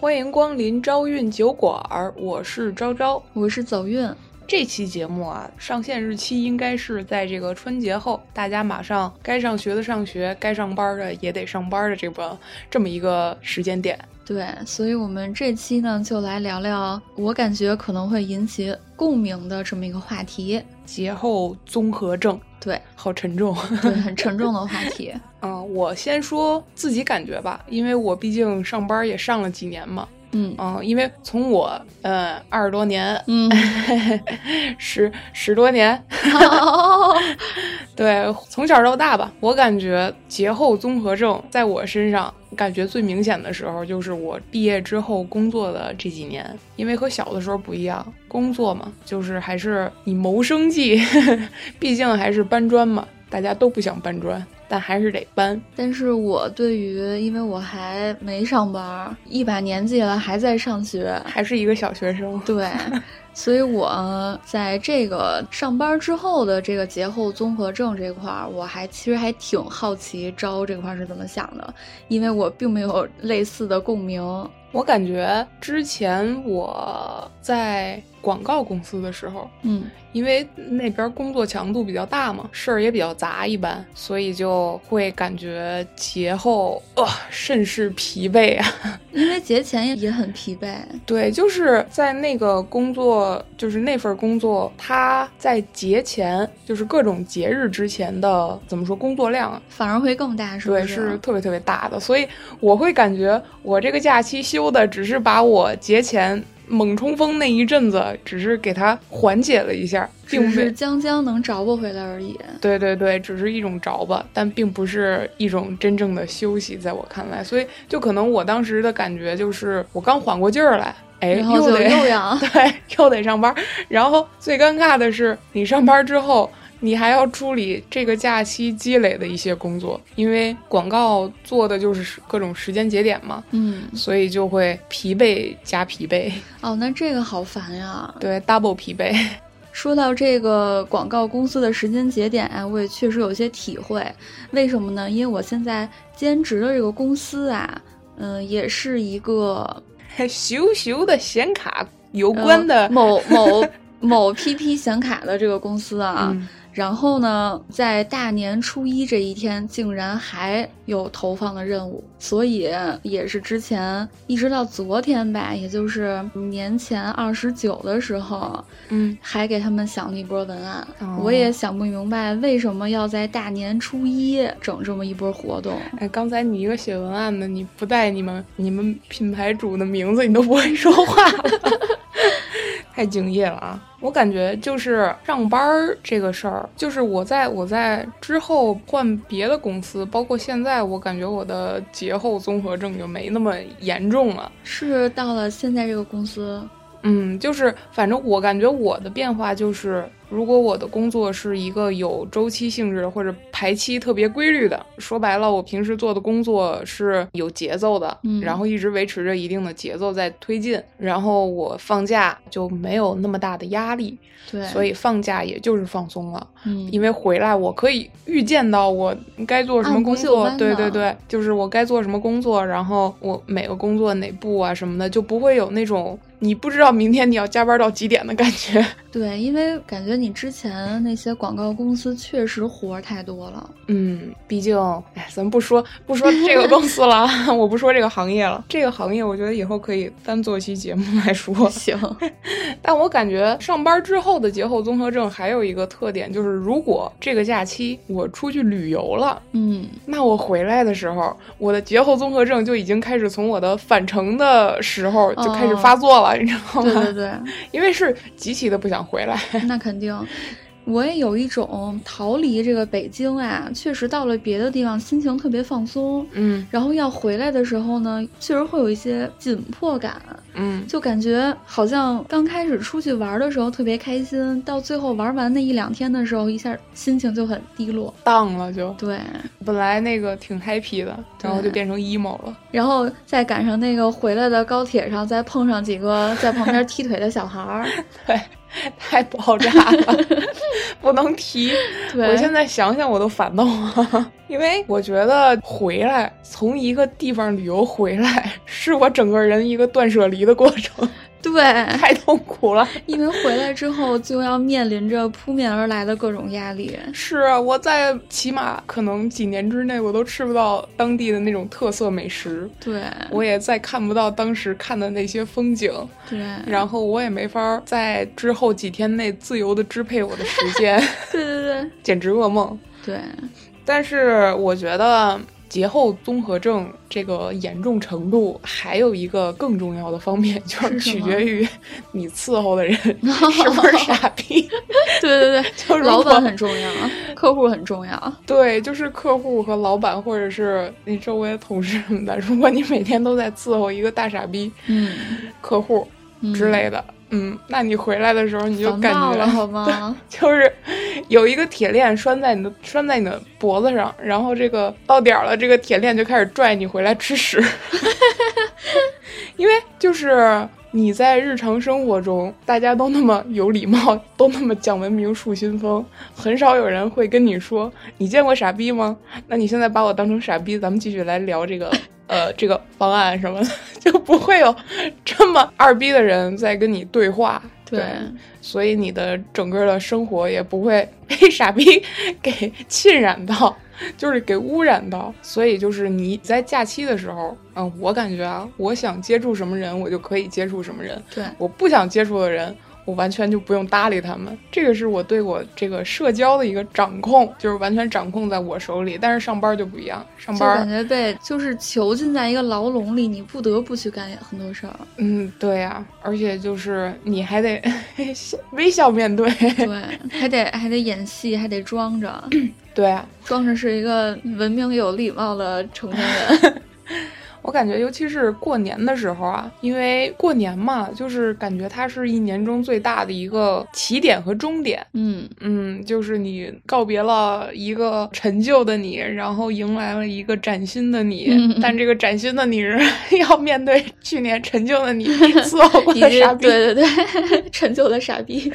欢迎光临招运酒馆儿，我是昭昭。我是走运，这期节目啊，上线日期应该是在这个春节后，大家马上该上学的上学，该上班的也得上班的这个这么一个时间点。对，所以我们这期呢就来聊聊，我感觉可能会引起共鸣的这么一个话题。节后综合症，对，好沉重。 对，很沉重的话题。嗯，我先说自己感觉吧，因为我毕竟上班也上了几年嘛。嗯嗯，因为从我呃二十多年， 嗯， 十十多年，好，对，从小到大吧，我感觉节后综合症在我身上感觉最明显的时候，就是我毕业之后工作的这几年，因为和小的时候不一样，工作嘛，就是还是以谋生计， 毕竟还是搬砖嘛，大家都不想搬砖，但还是得搬。但是我对于，因为我还没上班儿，一把年纪了还在上学，还是一个小学生， 对，所以我在这个上班之后的这个节后综合症这块儿，我还其实还挺好奇招这块儿是怎么想的，因为我并没有类似的共鸣。我感觉之前我在广告公司的时候，嗯因为那边工作强度比较大嘛，事儿也比较杂，一般，所以就会感觉节后啊、呃甚是疲惫啊。， 因为节前也很疲惫。对，就是在那个工作，就是那份工作，它在节前，就是各种节日之前的怎么说工作量啊，反而会更大，是不啊对，是特别特别大的，所以我会感觉我这个假期休的只是把我节前猛冲锋那一阵子，只是给它缓解了一下，并只没哎是将将能找不回来而已。对对对，只是一种着吧，但并不是一种真正的休息，在我看来，所以就可能我当时的感觉就是我刚缓过劲儿来，哎，然后就得又要 对，又得上班儿。然后最尴尬的是，你上班之后，你还要处理这个假期积累的一些工作，因为广告做的就是各种时间节点嘛，嗯，所以就会疲惫加疲惫，哦，那这个好烦呀。对，double 疲惫。 说到这个广告公司的时间节点啊，我也确实有些体会。为什么呢？因为我现在兼职的这个公司啊，嗯、也是一个咻咻的显卡有呃关的，某某某 PP 显卡的这个公司啊。嗯然后呢，在大年初一这一天，竟然还有投放的任务，所以也是之前一直到昨天吧，也就是年前二十九的时候，嗯。还给他们想了一波文案。哦我也想不明白为什么要在大年初一整这么一波活动。 哎，刚才你一个写文案的，你不带你们你们品牌主的名字，你都不会说话 了，太敬业了啊！我感觉就是上班儿这个事儿，就是我在我在之后换别的公司，包括现在，我感觉我的节后综合症就没那么严重了。是到了现在这个公司，嗯，就是反正我感觉我的变化就是，如果我的工作是一个有周期性质的或者排期特别规律的，说白了，我平时做的工作是有节奏的，嗯然后一直维持着一定的节奏在推进，然后我放假就没有那么大的压力，对，所以放假也就是放松了。嗯，因为回来我可以预见到我该做什么工作，按部就班对对的对，就是我该做什么工作，然后我每个工作哪步啊什么的，就不会有那种你不知道明天你要加班到几点的感觉。 对，因为感觉你之前那些广告公司确实活儿太多了。嗯，毕竟，哎，咱不说不说这个公司了， 我不说这个行业了，这个行业我觉得以后可以单做一期节目来说。行， 但我感觉上班之后的节后综合症还有一个特点，就是如果这个假期我出去旅游了。嗯，那我回来的时候，我的节后综合症就已经开始从我的返程的时候就开始发作了，你知道哦对对吗？对。 因为是极其的不想回来。 那肯定，我也有一种逃离这个北京啊，确实到了别的地方心情特别放松，嗯然后要回来的时候呢，确实会有一些紧迫感， 嗯，就感觉好像刚开始出去玩的时候特别开心，到最后玩完那一两天的时候，一下心情就很低落。荡了就，对，本来那个挺 happy 的，然后就变成 emo 了。 然后再赶上那个回来的高铁上，再碰上几个在旁边踢腿的小孩儿，对， 太爆炸了，不能提。对，我现在想想我都烦得慌。 因为我觉得回来从一个地方旅游回来，是我整个人一个断舍离的过程， 对，太痛苦了。因为回来之后就要面临着扑面而来的各种压力。是啊，我在起码可能几年之内，我都吃不到当地的那种特色美食，对，我也再看不到当时看的那些风景，对，然后我也没法在之后几天内自由的支配我的时间， 对对简直噩梦。对对，但是我觉得节后综合症这个严重程度，还有一个更重要的方面，就是是什取么决于你伺候的人 是不是傻 逼。 对对对，就是 老板如果很重要， 客户很重要。对，就是客户和老板，或者是你周围的同事什么的。如果你每天都在伺候一个大傻逼嗯，客户嗯之类的，嗯那你回来的时候你就烦感爆觉了好吗？ 就是有一个铁链拴在你的拴在你的脖子上，然后这个到点儿了，这个铁链就开始拽你回来吃 屎，因为就是。你在日常生活中，大家都那么有礼貌，都那么讲文明、树新风，很少有人会跟你说你见过傻逼吗？那你现在把我当成傻逼，咱们继续来聊这个呃这个方案什么的， 就不会有这么二逼的人在跟你对话。对，所以你的整个的生活也不会被傻逼给 浸染到，就是给污染到。所以就是你在假期的时候，嗯，我感觉啊，我想接触什么人，我就可以接触什么人；对，我不想接触的人，我完全就不用搭理他们。这个是我对我这个社交的一个掌控，就是完全掌控在我手里。但是上班就不一样，上就感班，觉被就是囚禁在一个牢笼里，你不得不去干很多事儿。嗯，对呀、而且就是你还得 微笑面对，对，还得还得演戏，还得装 着，对啊。装着是一个文明有礼貌的成年 人。我感觉，尤其是过年的时候啊，因为过年嘛，就是感觉它是一年中最大的一个起点和终点。 嗯，嗯，就是你告别了一个陈旧的你，然后迎来了一个崭新的你。嗯嗯但这个崭新的你是 要面对去年陈旧的你伺候过 已的经傻逼，对对对， 陈旧的傻逼，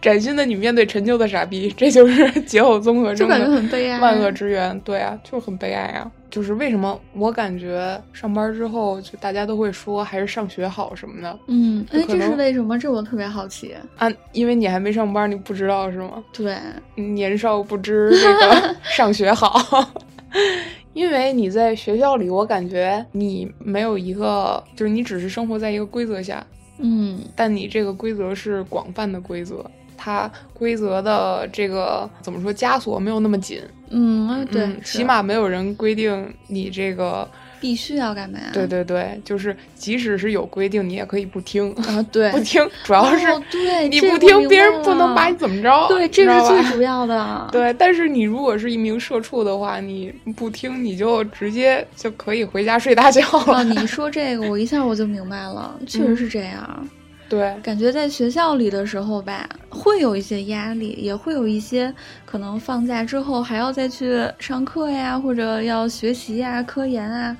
崭新的你面对陈旧的傻逼，这就是 节后综合就症感的觉很悲哀。万恶之源，对啊，就是很悲哀啊。就是为什么我感觉上班之后，就大家都会说还是上学好什么的嗯，就哎，可这是能为什么？这我特别好奇。啊，因为你还没上班，你不知道是吗？对，年少不知这 个上学好， 因为你在学校里，我感觉你没有一个，就是你只是生活在一个规则下，嗯，但你这个规则是广泛的规则，它规则的这个怎么说枷锁没有那么紧，嗯，啊对，嗯是起码没有人规定你这个必须要干嘛？对对对，就是即使是有规定，你也可以不听，啊，对， 不听，主要是哦对你这不我听，明别白人不能把了你怎么着，对，知这道是最吧主要的。 对，但是你如果是一名社畜的话，你不听，你就直接就可以回家睡大觉啊，了。你说这个，我一下我就明白了，确嗯实是这样。 对，感觉在学校里的时候吧，会有一些压力，也会有一些可能放假之后还要再去上课呀，或者要学习呀、科研啊，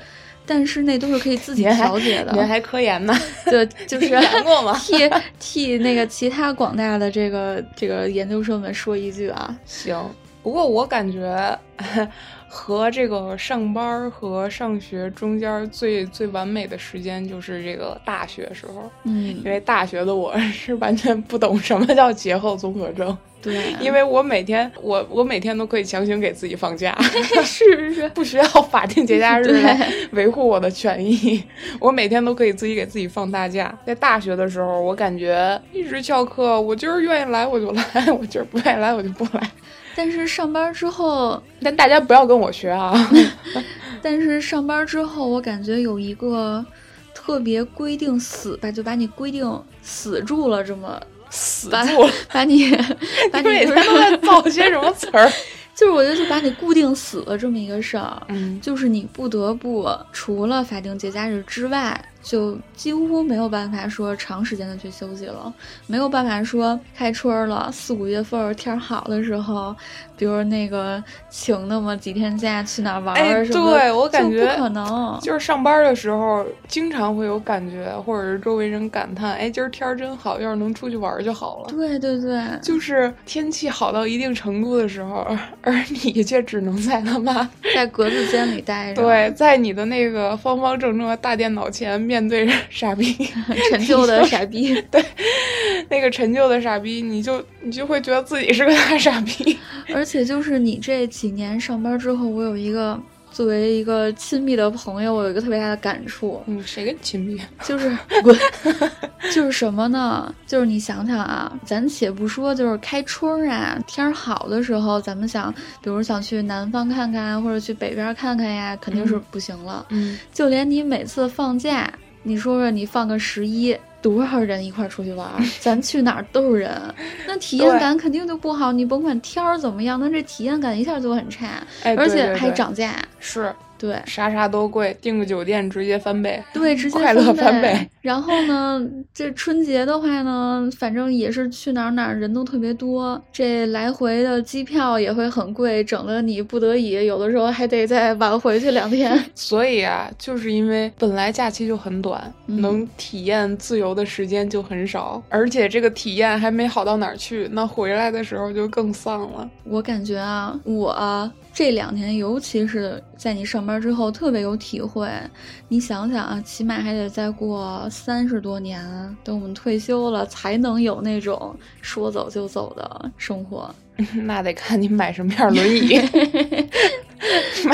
但是那都是可以自己您还调节您的。还科研 呢，对，就是研过吗？替替那个其他广大的这个这个研究生们说一句啊， 行，不过我感觉和这个上班儿和上学中间儿最最完美的时间就是这个大学时候，嗯因，为大学的我是完全不懂什么叫节后综合症。对， 因为我每天我我每天都可以强行给自己放假，是是是，不需要法定节 假日对来维护我的权益。 我每天都可以自己给自己放大假。在大学的时候，我感觉一直翘课，我今儿愿意来我就来，我今儿不愿意来我就不 来。但是上班之后，但大家不要跟我学 啊！但是上班之后，我感觉有一个特别规定死吧，就把你规定死住了，这么死把住了，把 你把你你每就天是都在造些什么词 儿？就是我觉得就把你固定死了这么一个事儿，嗯，就是你不得不除了法定节假日之外，就几乎没有办法说长时间的去休息了，没有办法说开春了，四五月份儿天儿好的时候，比如那个请那么几天假去哪儿玩哎儿什么的，对我感就觉不可能。就是上班的时候，经常会有感觉，或者是周围人感叹：“哎，今儿天儿真好，要是能出去玩儿就好了。对对对，”就是天气好到一定程度的时候， 而你却只能在他妈在格子间里待着，对，啊在你的那个方方正正的大电脑前，面对着傻逼， 陈旧的傻逼。 那个陈旧的傻逼，你就你就会觉得自己是个大傻逼。而且就是你这几年上班之后，我有一个作为一个亲密的朋友，我有一个特别大的感触，嗯，谁跟你亲密？就是滚，就是什么呢？就是你想想啊，咱且不说，就是开春儿啊，天儿好的时候，咱们想，比如想去南方看看啊，或者去北边儿看看呀，肯定是不行了。嗯，就连你每次放假，你说说你放个十一，多少人一块儿出去 玩儿？咱去哪儿都是人，那体验对感肯定就不好。你甭管天儿怎么样，那这体验感一下就很差，哎，而对且对还对涨价。是 对，啥啥都贵，订个酒店直接翻倍。对，直接快乐翻翻倍。然后呢，这春节的话呢，反正也是去哪儿哪儿人都特别多，这来回的机票也会很贵，整得你不得已有的时候还得再晚回去两天。所以啊，就是因为本来假期就很短，嗯能体验自由的时间就很少，而且这个体验还没好到哪儿去，那回来的时候就更丧了。我感觉啊，我啊这两年，尤其是在你上班之后，特别有体会。你想想啊，起码还得再过三十多年，等我们退休了，才能有那种说走就走的生活。 那得看你买什么样儿轮椅，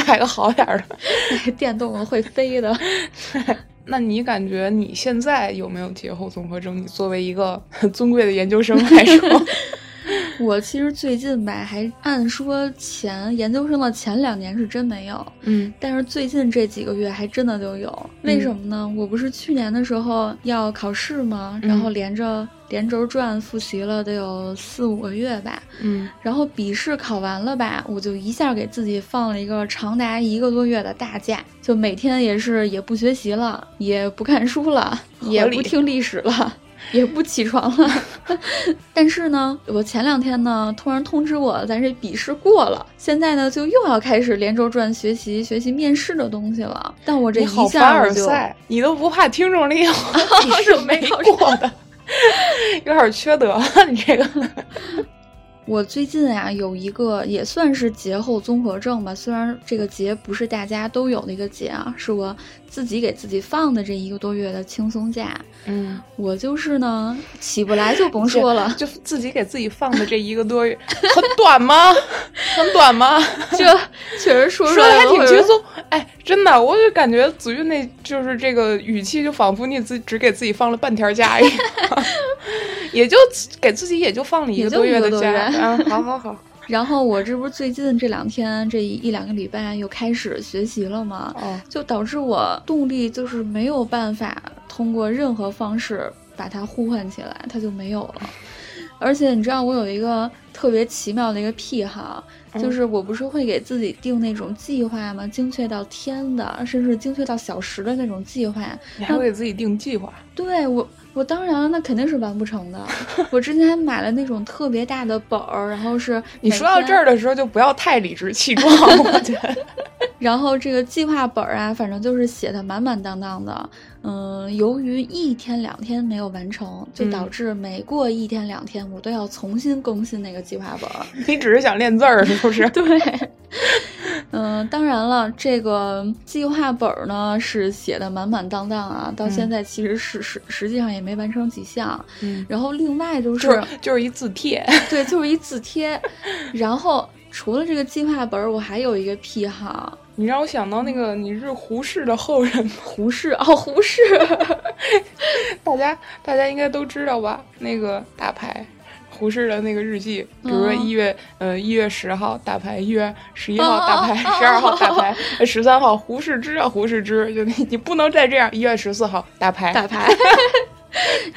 买个好点儿的。哎电动的会飞的。那你感觉你现在有没有节后综合征？你作为一个尊贵的研究生来 说，我其实最近吧，还按说前研究生的前两年是真没有，嗯但是最近这几个月还真的就有。为什么呢？我不是去年的时候要考试吗？嗯然后连着连轴转复习了得有四五个月吧。嗯，然后笔试考完了吧，我就一下给自己放了一个长达一个多月的大假，就每天也是也不学习了，也不看书了，理也不听历史了。 也不起床了， 但是呢，我前两天呢突然通知我，咱这笔试过了，现在呢就又要开始连轴转学习学习面试的东西了。但我这你好一凡下我尔就哦赛，你都不怕听众 里有你是没过的，有点缺德，啊你这个。我最近啊有一个也算是节后综合症吧，虽然这个节不是大家都有的一个节啊，是我自己给自己放的这一个多月的轻松假。嗯，我就是呢起不来就甭说 ，了就自己给自己放的这一个多月，很短吗？很短吗？这确实说出说的来还我挺有轻松，哎，真的，我就感觉子韵那就是这个语气，就仿佛你自只给自己放了半条假一样， 也就给自己也就放了一个多月的假。也就一个啊， 好好好，然后我这不是最近这两天这一一两个礼拜又开始学习了吗？哦，就导致我动力就是没有办法通过任何方式把它呼唤起来，它就没有了。而且你知道我有一个特别奇妙的一个癖好，嗯就是我不是会给自己定那种计划吗？精确到天的，甚至精确到小时的那种计划。你还会给自己定计划，对我，我当然了，那肯定是完不成的。我之前还买了那种特别大的本儿，然后是你每说到天这儿的时候就不要太理直气壮，我觉得。 然后这个计划本儿啊，反正就是写的满满当当的。嗯，由于一天两天没有完成，就嗯导致每过一天两天，我都要重新更新那个计划本儿。你只是想练字儿，是不 是？对， 嗯，当然了，这个计划本儿呢是写的满满当当啊，到嗯现在其实实实实际上也没完成几项。嗯，然后另外就就是是就是一字帖， 对，就是一字帖。然后除了这个计划本儿，我还有一个癖好，你让我想到那个你是胡适的后人吗？胡适哦，胡适。大家大家应该都知道吧？那个打牌，胡适的那个日记，比如说嗯一月、呃一月十号打牌，一月十一哦号打牌，哦十二号打牌，呃十三号胡适之啊胡适之，就你你不能再这样，一月十四号打牌，打 牌，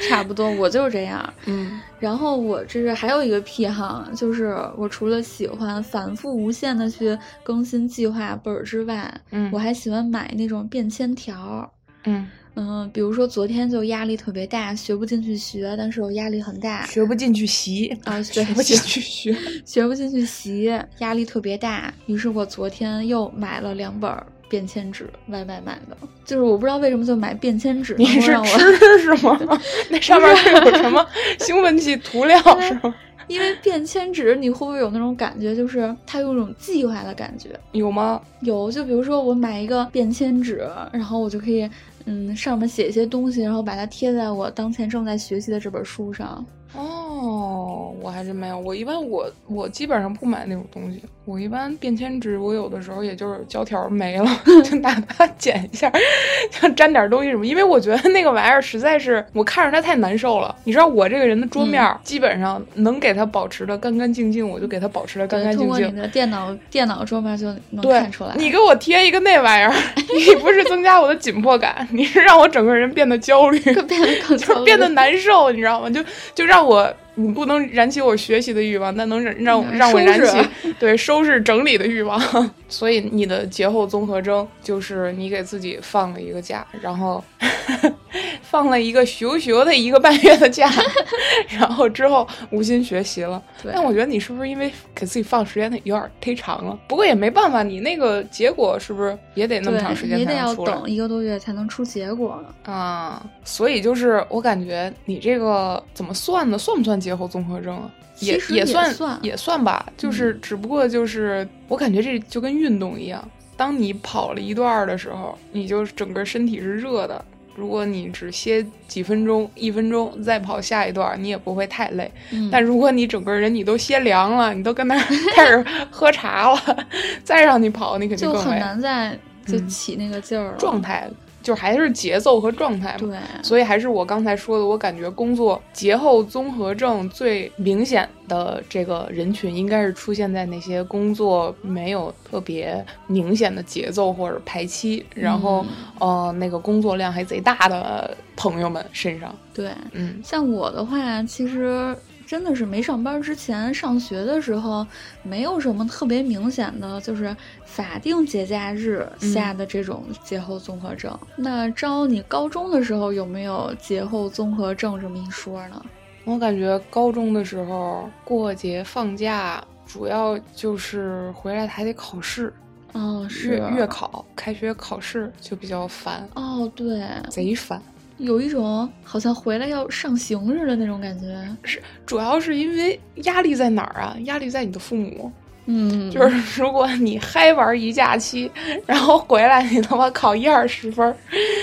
差不多，我就是这样。嗯然后我这是还有一个癖好，就是我除了喜欢反复无限的去更新计划本儿之外，嗯我还喜欢买那种便签条儿。嗯，嗯，比如说昨天就压力特别大，学不进去学，但是我压力很大学不进去习， 啊，学学不进去 学，学不进去习，压力特别大。于是我昨天又买了两本儿便签纸，外卖买的，就是我不知道为什么就买便签纸，你能够是让我吃是吗？ 那上面是有什么兴奋剂涂料 是吗？因为便签纸，你会不会有那种感觉，就是它有一种计划的感觉？有吗？有，就比如说我买一个便签纸，然后我就可以，嗯，上面写一些东西，然后把它贴在我当前正在学习的这本书上。哦，我还真没有。我一般我我基本上不买那种东西。我一般便签纸，我有的时候也就是胶条没了， 就哪怕剪一下， 像沾点东西什么。因为我觉得那个玩意儿实在是，我看着它太难受了。你知道我这个人的桌嗯面儿、基本上能给它保持的干干净净，我就给它保持的干对，干通净过你净。的电脑电脑桌面就能对看出来，。你给我贴一个那玩意儿， 你不是增加我的紧迫感，你是让我整个人变得焦 虑。更变得 更就是聪变得明难受，你知道吗？就就让我，你不能燃起我学习的欲望，但能让让我嗯让我收燃拾起 对收拾整理的欲望。 所以你的节后综合征就是你给自己放了一个假，然后 放了一个熊熊的一个半月的假， 然后之后无心学习了。对但我觉得你是不是因为给自己放时间有点忒长了？不过也没办法，你那个结果是不是也得那么长时对间你得才要能出来？等一个多月才能出结果。啊，所以就是我感觉你这个怎么算呢？算不算节后综合征啊？也其实也算算嗯也算吧，就是只不过就是我感觉这就跟运动一样，当你跑了一段儿的时候，你就整个身体是热的。如果你只歇几分钟、一分钟再跑下一段儿，你也不会太累。嗯但如果你整个人你都歇凉了，你都跟那儿开始喝茶了， 再让你跑，你肯定就更很累。难再就嗯起那个劲儿了。状态就还是节奏和状态嘛。对，所以还是我刚才说的，我感觉工作节后综合症最明显的这个人群，应该是出现在那些工作没有特别明显的节奏或者排期，然后、呃那个工作量还贼大的朋友们身上。对，嗯像我的话，其实真的是没上班之前，上学的时候没有什么特别明显的，就是法定节假日下的这种节后综合症。那招你高中的时候有没有节后综合症这么一说呢？我感觉高中的时候过节放假，主要就是回来还得考试，哦，是月月考、开学考试就比较烦，哦，对，贼烦。有一种好像回来要上刑似的那种感觉。主要是因为压力在哪儿啊？压力在你的父母。嗯，就是如果你嗨玩一假期，然后回来你他妈考一二十分儿，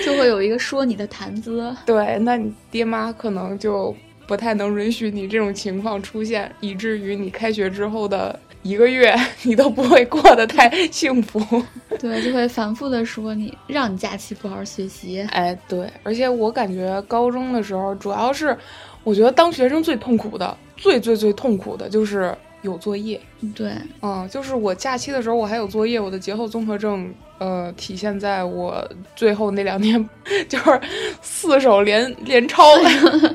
就会有一个说你的谈资。对，那你爹妈可能就不太能允许你这种情况出现，以至于你开学之后的一个月，你都不会过得太幸福。对，就会反复的说你，让你假期不好好学习。 哎，对，而且我感觉高中的时候，主要是我觉得当学生最痛苦的，最最最痛苦的就是有作业。对，嗯，就是我假期的时候我还有作业，我的节后综合症，呃，体现在我最后那两天， 就是四手连连抄，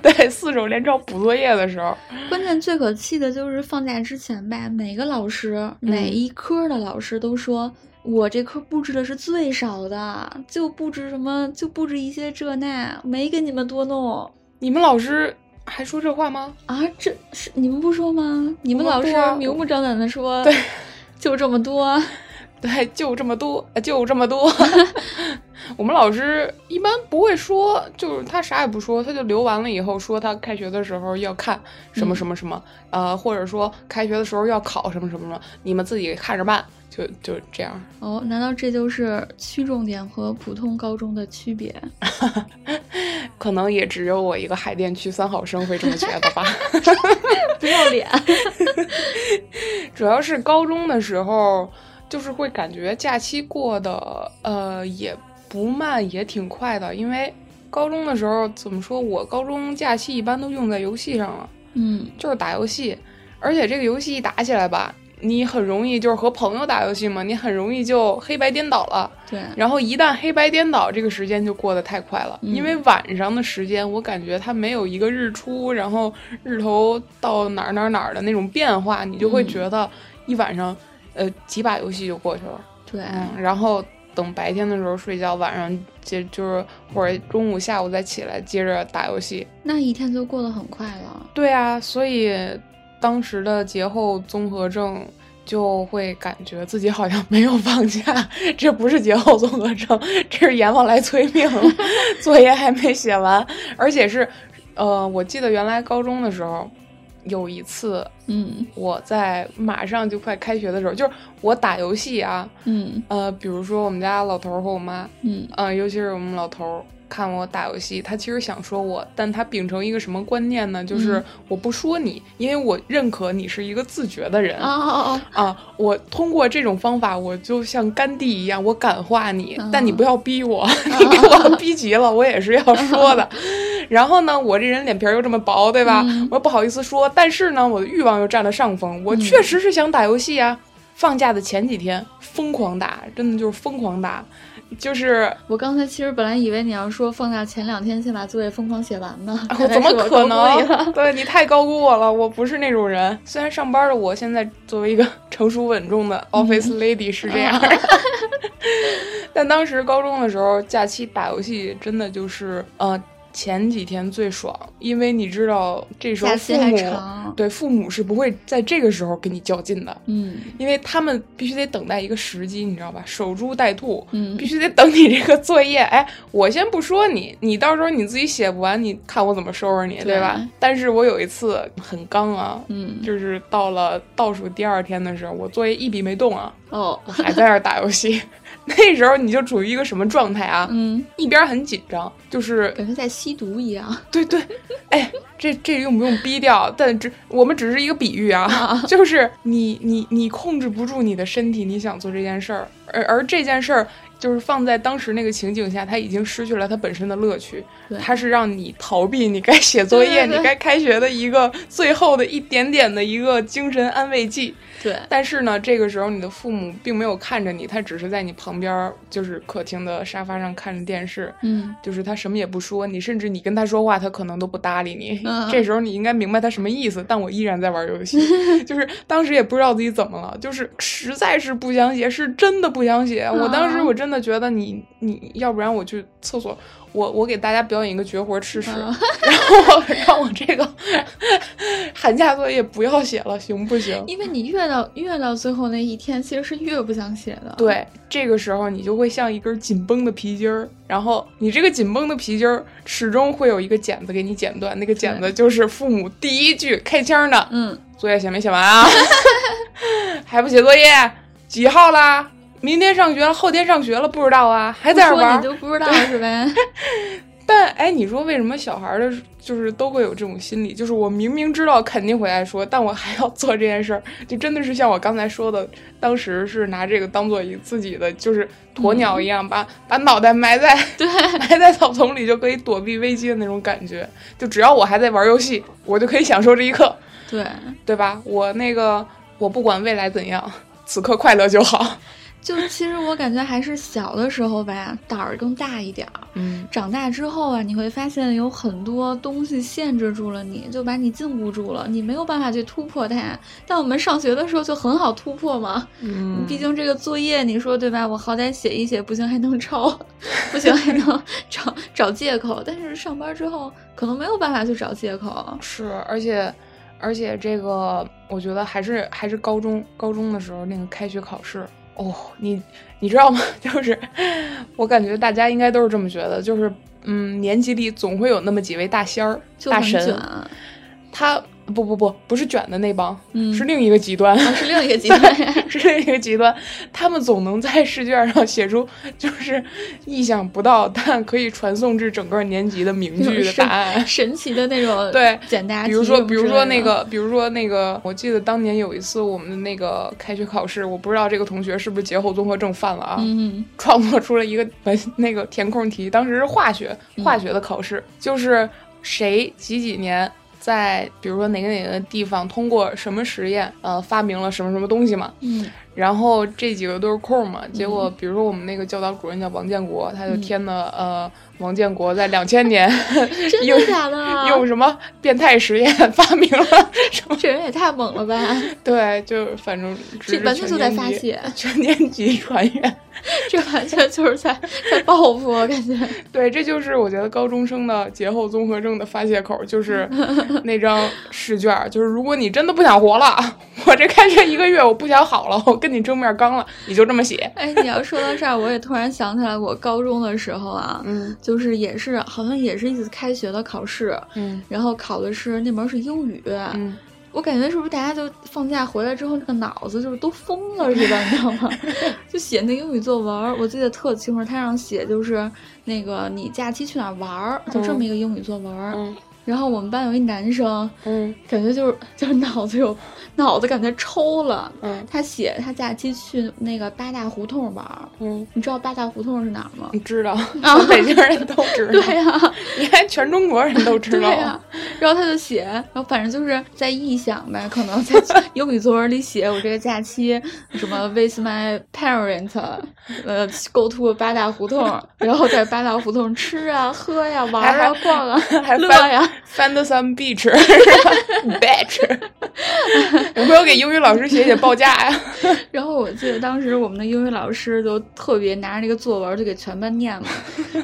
对，四手连抄补作业的时候，关键最可气的就是放假之前吧，每个老师、每一科的老师都说。我这科布置的是最少的，就布置什么，就布置一些这那，没给你们多弄你们老师还说这话吗？ 啊！这是你们不说吗？你们我们老不师啊明目张胆的说，对，就这么多，对，就这么多，呃就这么多。 我们老师一般不会说，就是他啥也不说，他就留完了以后说他开学的时候要看什么什么什么，呃，或者说开学的时候要考什么什么什么，你们自己看着办，就就这样。哦，难道这就是区重点和普通高中的区别？ 可能也只有我一个海淀区三好生会这么觉得吧。 不要脸！主要是高中的时候，就是会感觉假期过得呃也不慢，也挺快的。因为高中的时候怎么说，我高中假期一般都用在游戏上了，嗯，就是打游戏，而且这个游戏一打起来吧。你很容易就是和朋友打游戏嘛，你很容易就黑白颠倒了。对，然后一旦黑白颠倒，这个时间就过得太快了，嗯因为晚上的时间我感觉它没有一个日出，然后日头到哪儿哪儿哪儿的那种变化，你就会嗯觉得一晚上，呃，几把游戏就过去了。对，嗯，然后等白天的时候睡觉，晚上接就是或者中午、下午再起来接着打游戏。那一天就过得很快了。对啊，所以当时的节后综合症就会感觉自己好像没有放假，这不是节后综合症，这是阎王来催命了 作业还没写完，而且是，呃，我记得原来高中的时候有一次。嗯我在马上就快开学的时候，就是我打游戏啊，嗯呃，比如说我们家老头儿和我妈，嗯嗯、尤其是我们老头儿看我打游戏，他其实想说我，但他秉承一个什么观念呢？就是嗯我不说你，因为我认可你是一个自觉的人哦哦哦，啊，我通过这种方法，我就像甘地一样，我感化你，嗯但你不要逼我，你给我逼急了，我也是啊要说的。然后呢，我这人脸皮儿又这么薄，对吧？嗯我又不好意思说，但是呢，我的欲望又占了上风，我嗯确实是想打游戏啊。放假的前几天疯狂打，真的就是疯狂打，就是我刚才其实本来以为你要说放假前两天先把作业疯狂写完呢， 我啊怎么看来可是高估你 了 能？对你太高估我了，我不是那种人。虽然上班的我现在作为一个 成熟稳重的嗯 office lady 是这样的， 但当时高中的时候，假期打游戏真的就是呃前几天最爽，因为你知道这时候假期父还母长，对父母是不会在这个时候跟你较劲的。嗯因为他们必须得等待一个时机，你知道吧？守株待兔，嗯必须得等你这个作业。 哎，我先不说你，你到时候你自己写不完，你看我怎么收拾你，对对吧？但是我有一次很刚啊，嗯就是到了倒数第二天的时候，我作业一笔没 动啊，哦我还在那儿打游戏。 那时候你就处于一个什么状态啊？ 嗯，一边很紧张，就是感觉在吸毒一样。对对，哎，这这用不用逼掉？但只我们只是一个比喻啊，就是你你你控制不住你的身体，你想做这件事儿，而而这件事儿就是放在当时那个情景下，它已经失去了它本身的乐趣对，它是让你逃避你该写作业、对对对你该开学的一个最后的一点点的一个精神安慰剂。对，但是呢，这个时候你的父母并没有看着你，他只是在你旁边儿，就是客厅的沙发上看着电视，嗯就是他什么也不说，你甚至你跟他说话，他可能都不搭理你。嗯这时候你应该明白他什么意思，但我依然在玩游 戏，就是当时也不知道自己怎么了，就是实在是不想写，是真的不想嗯写。我当时我真的觉得你你要不然我去厕所，我我给大家表演一个绝活吃屎，嗯 然后我让我这个 寒假作业不要写了，行不行？因为你越到越到最后那一天，其实是越不想写的。，对，这个时候你就会像一根紧绷的皮筋儿，然后你这个紧绷的皮筋儿始终会有一个剪子给你剪断，那个剪对子就是父母第一句开腔的嗯， 作业写没写完啊？ 还不写作业？几号啦？明天上学了，后天上学了，不知道啊，还不在这儿说玩你儿。就不知道 是呗？但哎，你说为什么小孩儿的，就是都会有这种心理？就是我明明知道肯定回来说，但我还要做这件事儿，就真的是像我刚才说的，当时是拿这个当做一自己的，就是鸵鸟一样，把把脑袋埋在 对，埋在草丛里就可以躲避危机的那种感觉。就只要我还在玩游戏，我就可以享受这一刻，对，对吧？我那个我不管未来怎样，此刻快乐就好。就其实我感觉还是小的时候吧，胆儿更大一点儿。嗯，长大之后啊，你会发现有很多东西限制住了你，就把你禁锢住了，你没有办法去突破它。但我们上学的时候就很好突破嘛，嗯毕竟这个作业，你说对吧？我好歹写一写，不行还能抄， 不行还能找找借口。但是上班之后，可能没有办法去找借口。是，而且而且这个，我觉得还是还是高中高中的时候那个开学考试哦，你你知道吗？ 就是我感觉大家应该都是这么觉得，就是嗯，年级里总会有那么几位大仙儿、就大很卷神，， 他不不不不是卷的那帮，嗯啊是另一个极端。是另一 个极端。是另一个极端，他们总能在试卷上写出就是意想不到但可以传送至整个年级的名句的答案。神奇的那种 对简答题比如说，什么比如之说类那的个，比如说那个，我记得当年有一次我们的那个开学考试，我不知道这个同学是不是节后综合症犯了啊，嗯创作出了一个 文那个填空题，当时是化学化学的考试，就是谁几几年。在比如说哪个哪个地方通过什么实验，呃，发明了什么什么东西嘛？嗯然后这几个都是空嘛，结果比如说我们那个教导主任叫王建国，他就填的、呃王建国在两千年 嗯真用的假的？用什么变态实验 发明了什么？这人也太猛了吧！对，就反正直这至完全全就在年发级泄全年级传阅。这完全就是 在在报复，我感觉。 对，这就是我觉得高中生的节后综合症的发泄口， 就是那张试卷儿。就是如果你真的不想活了， 我这开学一个月我不想好了，我跟你正面刚了，你就这么写。哎，你要说到这儿，我也突然想起来，我高中的时候啊，嗯就是也是好像也是一次开学的考试，嗯然后考的是那门是英语。嗯，我感觉是不是大家就放假回来之后，那个脑子就是都疯了似的，你知道吗？ 就写那英语作文儿，我记得特清楚，他让写就是那个你假期去哪儿玩儿，就这么一个英语作文儿。嗯然后我们班有一男生，嗯感觉就是 就是脑子有脑子感觉抽了。嗯他写他假期去那个八大胡同玩儿，嗯，你知道八大胡同是哪儿吗？你知道，咱北京人都知道，啊对呀、你看全中国人都知对啊道。呀、然后他就写，然后反正就是在臆想呗，可 能在英语作文里写我这个假期什么 with my parent，呃，go to 八大胡同，然后在八大胡同吃啊、喝呀、玩啊、逛啊、 还乐翻呀，翻的 some beach 是吧 bitch，有 没有给英语老师写写报价呀？然后我记得当时我们的英语老师就特别拿着这个作文就给全班念 了，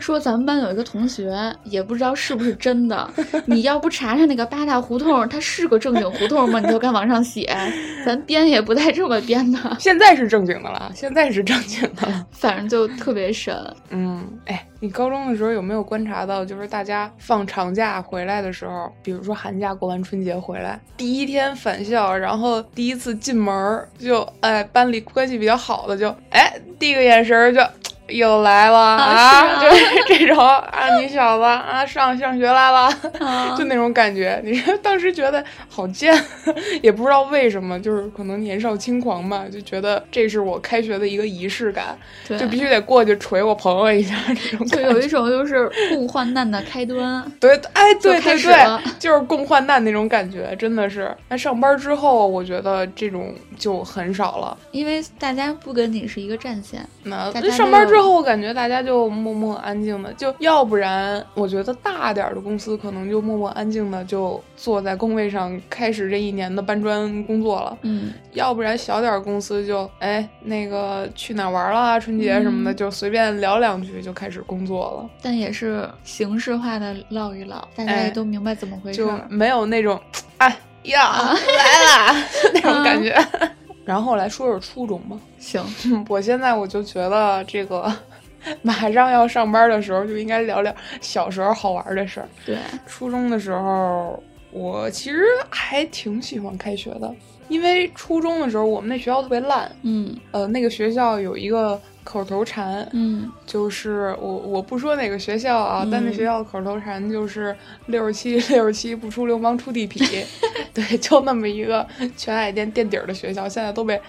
说咱们班有一个同学，也不知道是不是真的，你要不查查那个八大胡同，它是个正经胡同吗？你就敢往上写，咱编也不带这么编的，现在是正经的了，现在是正经的 了。反正就特别神。嗯，哎，你高中的时候有没有观察到，就是大家放长假回来的时候，比如说寒假过完春节回来，第一天返校，然后第一次进门儿就，哎，班里关系比较好的就，哎，递个眼神儿就。又来了啊是啊就是这种啊，你小子啊，上上学来了，啊就那种感觉。你说当时觉得好贱， 也不知道为什么，就是可能年少轻狂吧，就觉得这是我开学的一个仪式感。对，就必须得过去捶我朋友一下这种就感有觉。一种就是共患难的开端。对，哎，对就开对始了对，就是共患难那种感觉，真的是。那上班之后，我觉得这种就很少了。因为大家不跟你是一个战线，那大家都上班之后，我感觉大家就默默安静的，就要不然，我觉得大点儿的公司可能就默默安静的就坐在工位上开始这一年的搬砖工作了。嗯，要不然小点儿公司就哎那个去哪儿玩啦，春节什么的、嗯就随便聊两句就开始工作了。但也是形式化的唠一唠，大家哎也都明白怎么回事就儿。啊没有那种哎呀来 啦那种感觉。然后来说说初中吧， 行，我现在我就觉得这个马上要上班的时候就应该聊聊小时候好玩的事儿。对，初中的时候，我其实还挺喜欢开学的，因为初中的时候我们那学校特别烂，嗯呃，那个学校有一个口头禅，嗯，就是我我不说哪个学校啊，嗯但那学校的口头禅就是六十七六十七不出流氓出地 痞，对，就那么一个全海淀垫底儿的学校，现在都被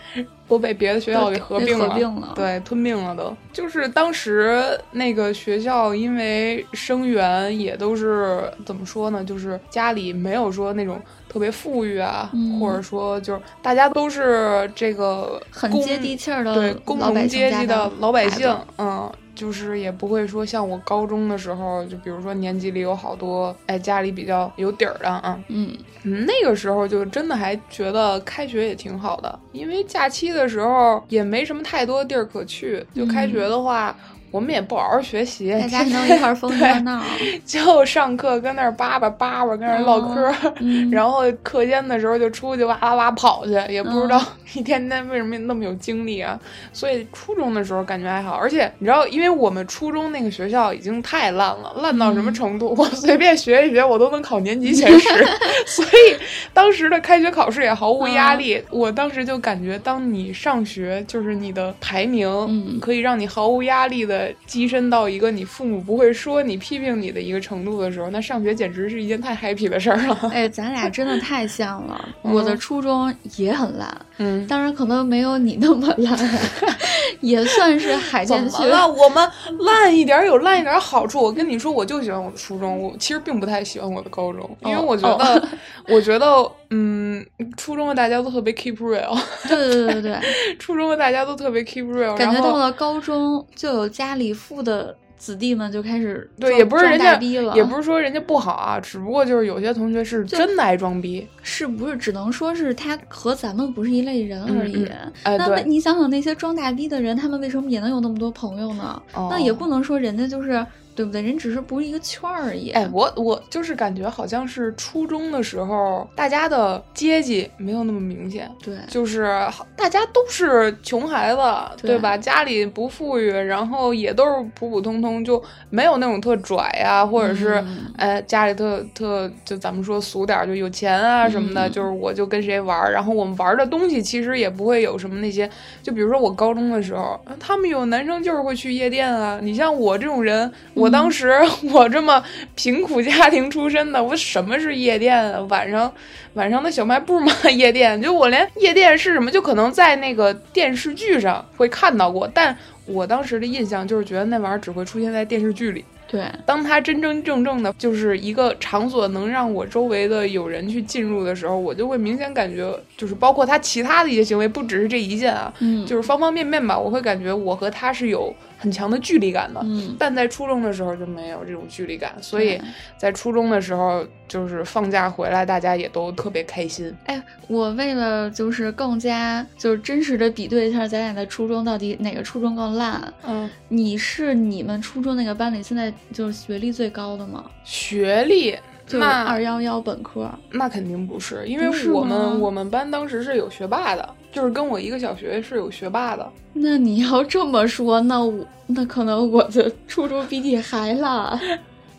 都被别的学校给合并了，合并了对，吞并了都。就是当时那个学校，因为生源也都是怎么说呢，就是家里没有说那种特别富裕啊，嗯或者说就是大家都是这个很工接地气儿对的工呃老百农姓阶家级的的老百孩子姓，嗯，就是也不会说像我高中的时候，就比如说年级里有好多哎家里比较有底儿的啊，嗯，嗯，那个时候就真的还觉得开学也挺好的，因为假期的时候也没什么太多地儿可去，就开学的话。我们也不好好学习，大嗯家天能天一块儿疯一对块儿闹， 就上课跟那儿叭叭叭叭，跟那儿唠嗑儿，嗯，然后课间的时候就出去哇哇哇跑去，也不知道 一天天为什么那么有精力啊。所以初中的时候感觉还好，而且你知道，因为我们初中那个学校已经太烂了，烂到什么程度？ 我随便学一学，我都能考年级前十。所以当时的开学考试也毫无压力。我当时就感觉，当你上学，就是你的排名，嗯可以让你毫无压力的跻身到一个你父母不会说你、批评你的一个程度的时候，那上学简直是一件太 happy 的事儿了。哎，咱俩真的太像了。嗯我的初中也很烂，嗯。当然可能没有你那么烂， 也算是海怎淀么区。 了？我们烂一点儿有烂一点儿好处。我跟你说，我就喜欢我的初中，我其实并不太喜欢我的高中，因为哦我觉得，我觉得，嗯，初中的大家都特别 keep real， 对对对对对，初中的大家都特别 keep real，感觉然后到了高中就有家里富的子弟们就开始对，装也不是人装大家，逼了，也不是说人家不好啊，只不过就是有些同学是真的爱装逼。是不是只能说是他和咱们不是一类人嗯而已。哎，那么对，你想想那些装大逼的人，他们为什么也能有那么多朋友呢？那也不哦。能说人家就是对不对？人只是不是一个圈儿而已。哎，我我就是感觉好像是初中的时候，大家的阶级没有那么明显，对，就是好大家都是穷孩子，对对吧？家里不富裕，然后也都是普普通通，就没有那种特拽呀、或者是、嗯哎家里特特就咱们说俗点儿，就有钱啊什么的。嗯就是我就跟谁玩儿，然后我们玩儿的东西其实也不会有什么那些，就比如说我高中的时候，啊他们有男生就是会去夜店啊。你像我这种人，我当时 我这么贫苦家庭出身的，我什么是夜店啊？晚上晚上的小卖部嘛， 夜店，就我连夜店是什么，就可能在那个电视剧上会看到过，但我当时的印象就是觉得那玩意儿只会出现在电视剧里。对，当它真真正正的就是一个场所，能让我周围的有人去进入的时候，我就会明显感觉，就是包括他其他的一些行为，不只是这一件啊，嗯，就是方方面面吧，我会感觉我和他是有很强的距离感的。嗯，但在初中的时候就没有这种距离感，所以对在初中的时候，就是放假回来，大家也都特别开心。哎，我为了就是更加就是真实的比对一下咱俩的初中到底哪个初中更烂。嗯，你是你们初中那个班里现在就是学历最高的吗？学历就是那二幺幺本科。那肯定不是，因不是为我吗们我们班当时是有学霸的，就是跟我一个小学是有学霸的。那你要这么说，那我那可能我的初中比你还烂。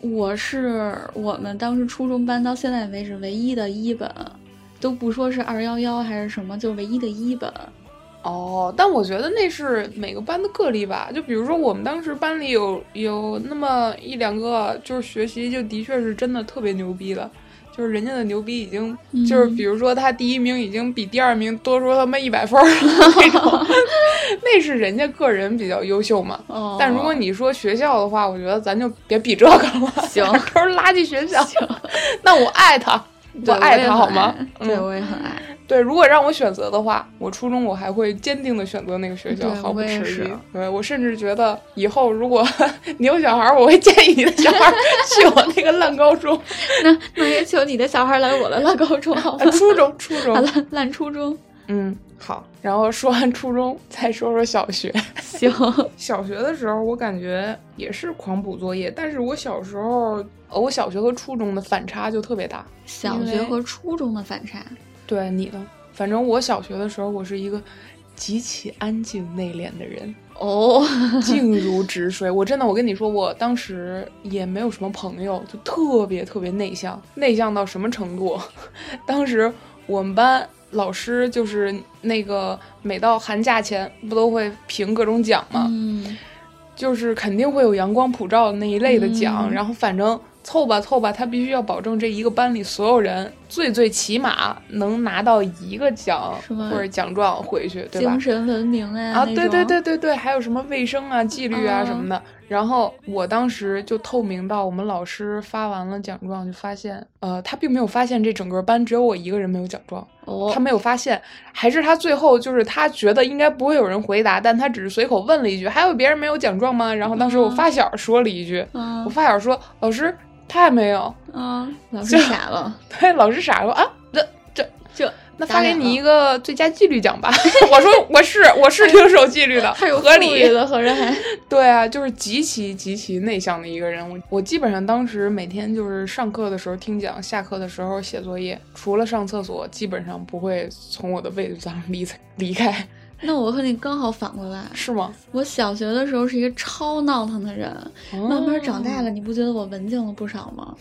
我是我们当时初中班到现在为止唯一的一本，都不说是二幺幺还是什么，就唯一的一本。哦，但我觉得那是每个班的个例吧。就比如说，我们当时班里有有那么一两个，就是学习就的确是真的特别牛逼的，就是人家的牛逼已经、就是，嗯比如说他第一名已经比第二名多出他妈一百分儿了那 种，那是人家个人比较优秀嘛。哦、但如 果你说学校的话，我觉得咱就别比这个了，行 都是垃圾学校。 那我爱他，对爱也他很好吗爱？嗯对，我也很爱。对，如果让我选择的话，我初中我还会坚定的选择那个学校，对毫不我也迟是疑。对我甚至觉得以后如果 你有小孩儿，我会建议你的小孩儿 去我那个烂高中、那那也请你的小孩来我的烂高中好吗啊、？初中、初啊中。 烂烂 初中，嗯，好。然后说完初中，再说说小学。行， 小学的时候，我感觉也是狂补作业，但是我小时候，呃我小学和初中的反差就特别大。小因学为和初中的反差，对你呢？反正我小学的时候，我是一个极其安静内敛的人。哦，静如止水。 我真的，我跟你说，我当时也没有什么朋友，就特别特别内向，内向到什么程度？ 当时我们班老师就是那个每到寒假前不都会评各种奖吗？嗯，就是肯定会有阳光普照的那一类的奖，嗯然后反正凑吧凑吧，他必须要保证这一个班里所有人最最起码能拿到一个奖是吗或者奖状回去，对吧？精神文明啊，啊，对那对种，对对对，还有什么卫生啊、纪律啊嗯什么的。然后我当时就透明到我们老师发完了奖状，就发现，呃，他并没有发现这整个班只有我一个人没有奖状，哦，他没有发现，还是他最后就是他觉得应该不会有人回答，但他只是随口问了一句：“还有别人没有奖状吗？”然后当时我嗯发小说了一句，啊我发小说：“老师，他也没有。啊，老师就傻了，”对，老师傻了，啊，这这。这那打发给脸了你一个最佳纪律奖 吧。我说我是我是挺守纪律的，还有合富理裕的，合着还对啊，就是极其极其内向的一个人。我我基本上当时每天就是上课的时候听讲，下课的时候写作业，除了上厕所，基本上不会从我的位置上离离开， 那我和你刚好反过来，是吗？我小学的时候是一个超闹腾的人，慢慢长大了，了，你不觉得我文静了不少吗？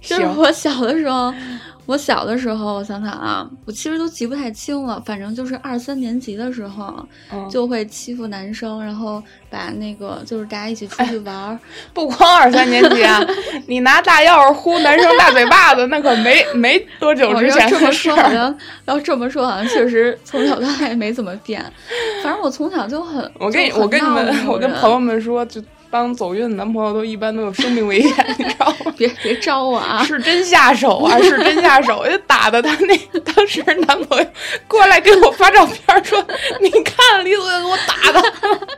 就是行，我小的时候，我小的时候，我想想啊，我其实都记不太清了，反正就是二三年级的时候嗯就会欺负男生，然后把那个就是大家一起出去玩儿，不光二三年级啊，你拿大钥匙呼男生大嘴巴子，那可没没多久我之哦要前这么的事说，好儿。像要这么说，好像确实从小到大也没怎么变。反正我从小就很，我跟你就很我跟你闹们腾我跟人朋友们说，就当走运的男朋友都一般都有生命危险，你知道吗？别别招我啊！是真下手啊，是真下手！就打的她那当时男朋友过来给我发照片说：“你看李子给我打的。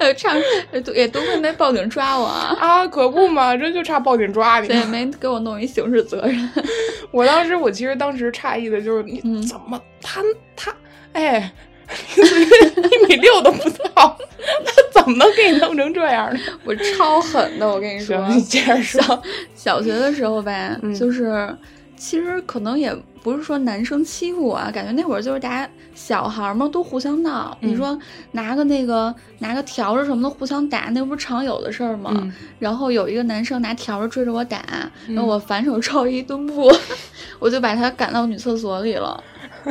呃， 差呃都也都亏没报警抓我啊，啊，可不嘛，这就差报警抓你。对，没给我弄一刑事责任。 我当时，我其实当时诧异的就是，嗯你怎么他他哎，一米六都不到，他怎么能给你弄成这样呢？我超狠的，我跟你说。行，你接着说。 小学的时候呗，嗯就是其实可能也不是说男生欺负我啊，感觉那会儿就是大家小孩儿嘛都互相闹。嗯你说拿个那个拿个笤帚什么的互相打，那不是常有的事儿吗？嗯然后有一个男生拿笤帚追着我打，嗯然后我反手抄一蹲步， 我就把他赶到女厕所里 了。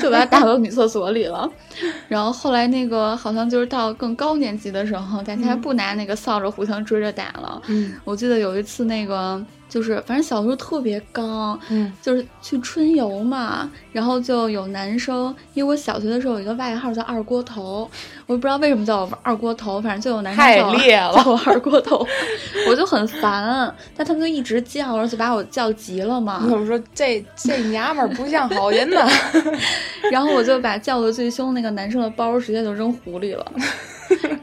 就把他打到女厕所里了，然后后来那个好像就是到更高年级的时候，大家嗯不拿那个扫帚互相追着打了，嗯我记得有一次那个就是，反正小时候特别刚，嗯就是去春游嘛，然后就有男生，因为我小学的时候有一个外号叫二锅头，我也不知道为什么叫我二锅头，反正就有男生太叫我烈了 叫我二锅头， 我就很烦，但他们就一直叫，而且把我叫急了嘛你，怎么说这这娘们儿不像好人呐？然后我就把叫的最凶那个男生的包直接就扔湖里了。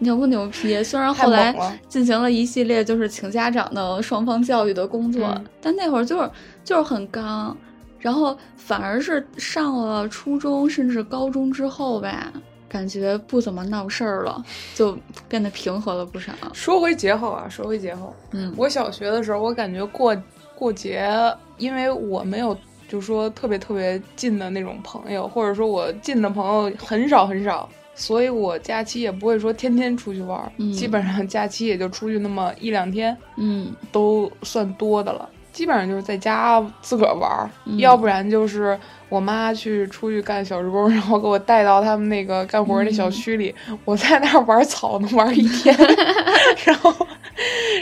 牛不牛批？虽然太后猛来了。进行了一系列就是请家长的双方教育的工作，嗯但那会儿就是就是很刚，然后反而是上了初中甚至高中之后吧，感觉不怎么闹事儿了，就变得平和了不少。说回节后啊，说回节后，嗯，我小学的时候，我感觉过过节，因为我没有就说特别特别近的那种朋友，或者说我近的朋友很少很少，所以我假期也不会说天天出去玩儿，嗯基本上假期也就出去那么一两天，嗯都算多的了。基本上就是在家自个儿玩儿，嗯要不然就是我妈去出去干小时工，然后给我带到他们那个干活儿那小区里，嗯我在那儿玩草能玩一 天，然后，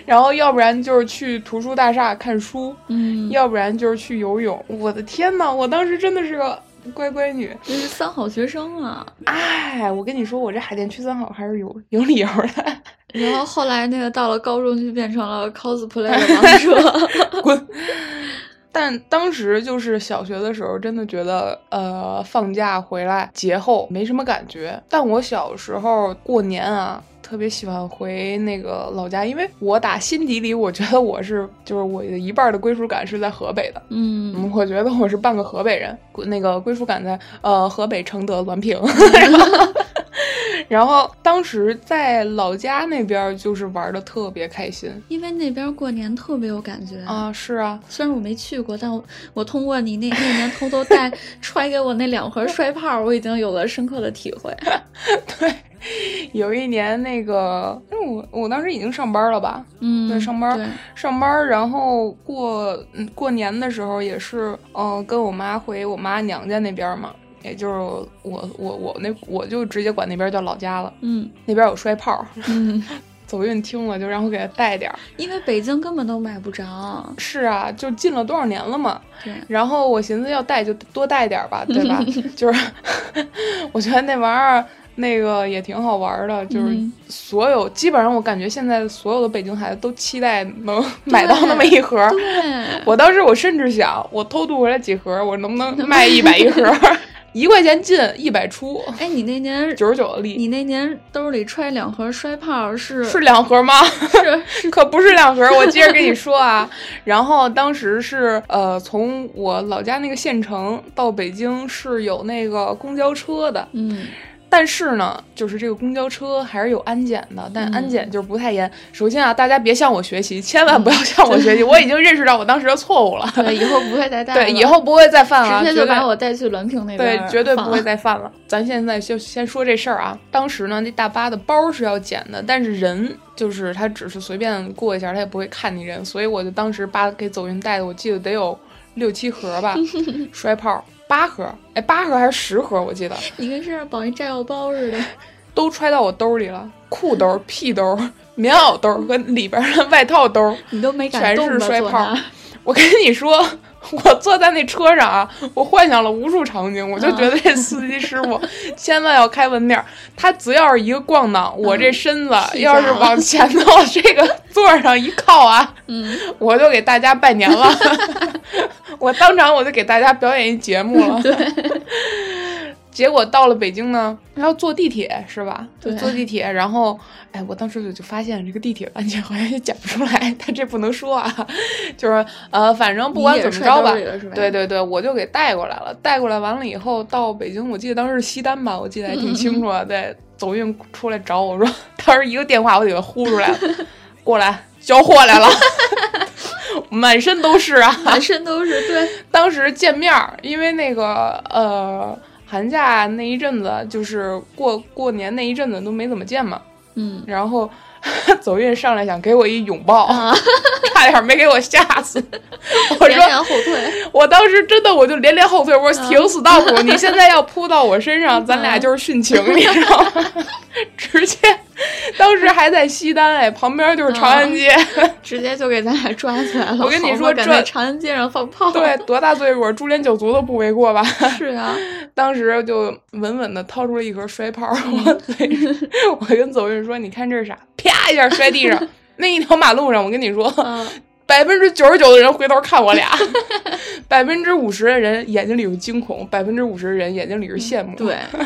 然后要不然就是去图书大厦看书，嗯，要不然就是去游泳。我的天呐，我当时真的是个乖乖女。这是三好学生啊。哎，我跟你说，我这海淀区三好还是有有理由的，然后后来那个到了高中就变成了 cosplay 的王者。滚。但当时就是小学的时候，真的觉得，呃，放假回来节后没什么感觉。但我小时候过年啊，特别喜欢回那个老家，因为我打心底里我觉得我是，就是我的一半的归属感是在河北的。嗯 嗯，我觉得我是半个河北人，那个归属感在呃河北承德滦平。然后当时在老家那边就是玩的特别开心因为那边过年特别有感觉啊，是啊，虽然我没去过，但我我通过你那那年偷 偷带揣给我那两盒摔炮，我已经有了深刻的体会。 有一年那个，因为我我当时已经上班了吧，嗯，对上班对，上班，然后过嗯过年的时候也是，嗯、跟我妈回我妈娘家那边嘛，也就是我我我那我就直接管那边叫老家了，嗯那边有摔炮，嗯， 走运听了就让我给他带点儿。因为北京根本都买不着。是啊，就进了多少年了嘛。对，然后我寻思要带就多带点儿吧，对 吧？就是 我觉得那玩意儿那个也挺好玩儿的，就是嗯所有、基本上我感觉现在所有的北京孩子都期待能买到那么一盒儿。对，我当时我甚至想，我偷渡回来几盒儿，我能不能卖一百一盒 儿？一块钱进，一百出，哎，你那年九十九的利你那年兜里揣两盒摔炮是是 两盒吗？是 可不是两盒儿，我接着跟你说啊。然后当时是呃，从我老家那个县城到北京是有那个公交车的，嗯但是呢，就是这个公交车还是有安检的，但嗯安检就是不太严。首先啊，大家别向我学习，千万不要嗯向我学习，我已经认识到我当时的错误 了。对，以后不会再带了。对，以后不会再犯了，直接绝就对把我带去滦平那边对放，，绝对不会再犯了。咱现在就先说这事儿啊。当时呢，那大巴的包是要捡的，但是人就是他只是随便过一下，他也不会看你人，所以我就当时把给走运带的，我记得得有六七盒 吧，摔炮八盒，哎，八盒还是十盒，我记得你跟身上绑一炸药包似的。都揣到我兜里了，裤兜、屁兜、棉袄兜和里边儿的外套兜。 你都没敢全动是吧摔左炮 拿我跟你说，我坐在那车上啊，我幻想了无数场景，我就觉得这司机师傅嗯千万要开文面儿，他只要是一个逛档，我这身子屁要是嗯股啊往前头这个座儿上一靠啊，嗯，我就给大家拜年 了，我当场我就给大家表演一节目了。对，结果到了北京呢，然后坐地铁是吧？就对坐地铁，然后哎，我当时就就发现这个地铁安检好像也讲不出来，但这不能说啊，就是呃，反正不管你也怎是么着吧揣兜。里了是吧？ 对对对，我就给带过来了。带过来完了以后，到北京，我记得当时是西单吧，我记得还挺清 楚的，在走运出来找我说， 当时一个电话我就给他呼出来了，过来交货来了， 满身都是啊。满身都是对，当时见面儿，因为那个呃寒假那一阵子，就是过过年那一阵子都没怎么见嘛， 嗯，然后 走运上来想给我一拥抱，啊 差点没给我吓死。我连说连后退，我当时真的我就连连后退，我说停死道谱，你现在要扑到我身上，咱俩就是殉情，你知道吗？ 直接。当时还在西单哎，旁边就是长安街， 直接就给咱俩抓起来了。我跟你好说敢这在长安街上放 炮，对，，多大罪过，株连九族都不为过吧？ 是啊，当时就稳稳的掏出了一盒摔炮，我嘴， 我跟走运说：“你看这是啥？”啪一下摔地上，那一条马路上，我跟你说， 嗯，百分之九十九的人回头看我俩，百分之五十的人眼睛里是惊恐，百分之五十的人眼睛里是羡慕，，嗯 对，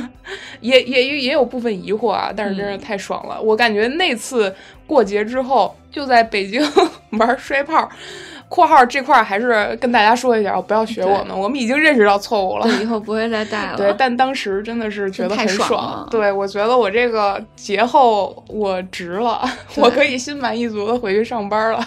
也也也也有部分疑惑啊，但是真是太爽了，我感觉那次过节之后，就在北京 玩摔炮。括号这块儿还是跟大家说一下，啊不要学我们，我们已经认识到错误了。对，以后不会再带了。对，但当时啊真的是觉得太很爽了对，我觉得我这个节后我值了，对我可以心满意足的回去上班了。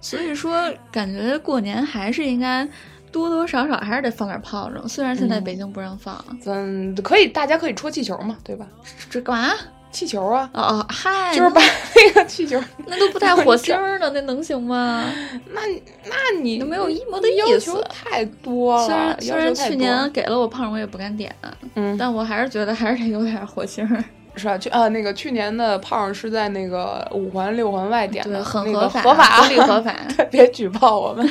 所以说，感觉过年还是应该多多少少还是得放点炮仗，虽然现在嗯北京不让放，嗯，可以，大家可以戳气球嘛，对吧？这干嘛？气球啊，哦哦，嗨，就是把 那个气球，那那都不 带火星儿的，那能行吗？那你那你都没有一模的意要思求太多了。虽然虽要然求太去多年给了我胖，我也不敢点，嗯但我还是觉得还是得有点火星儿。是吧？去啊，那个去年的胖是在那个五环六环外点对，的，很那个法，啊合法 合理合 法。别举报我们。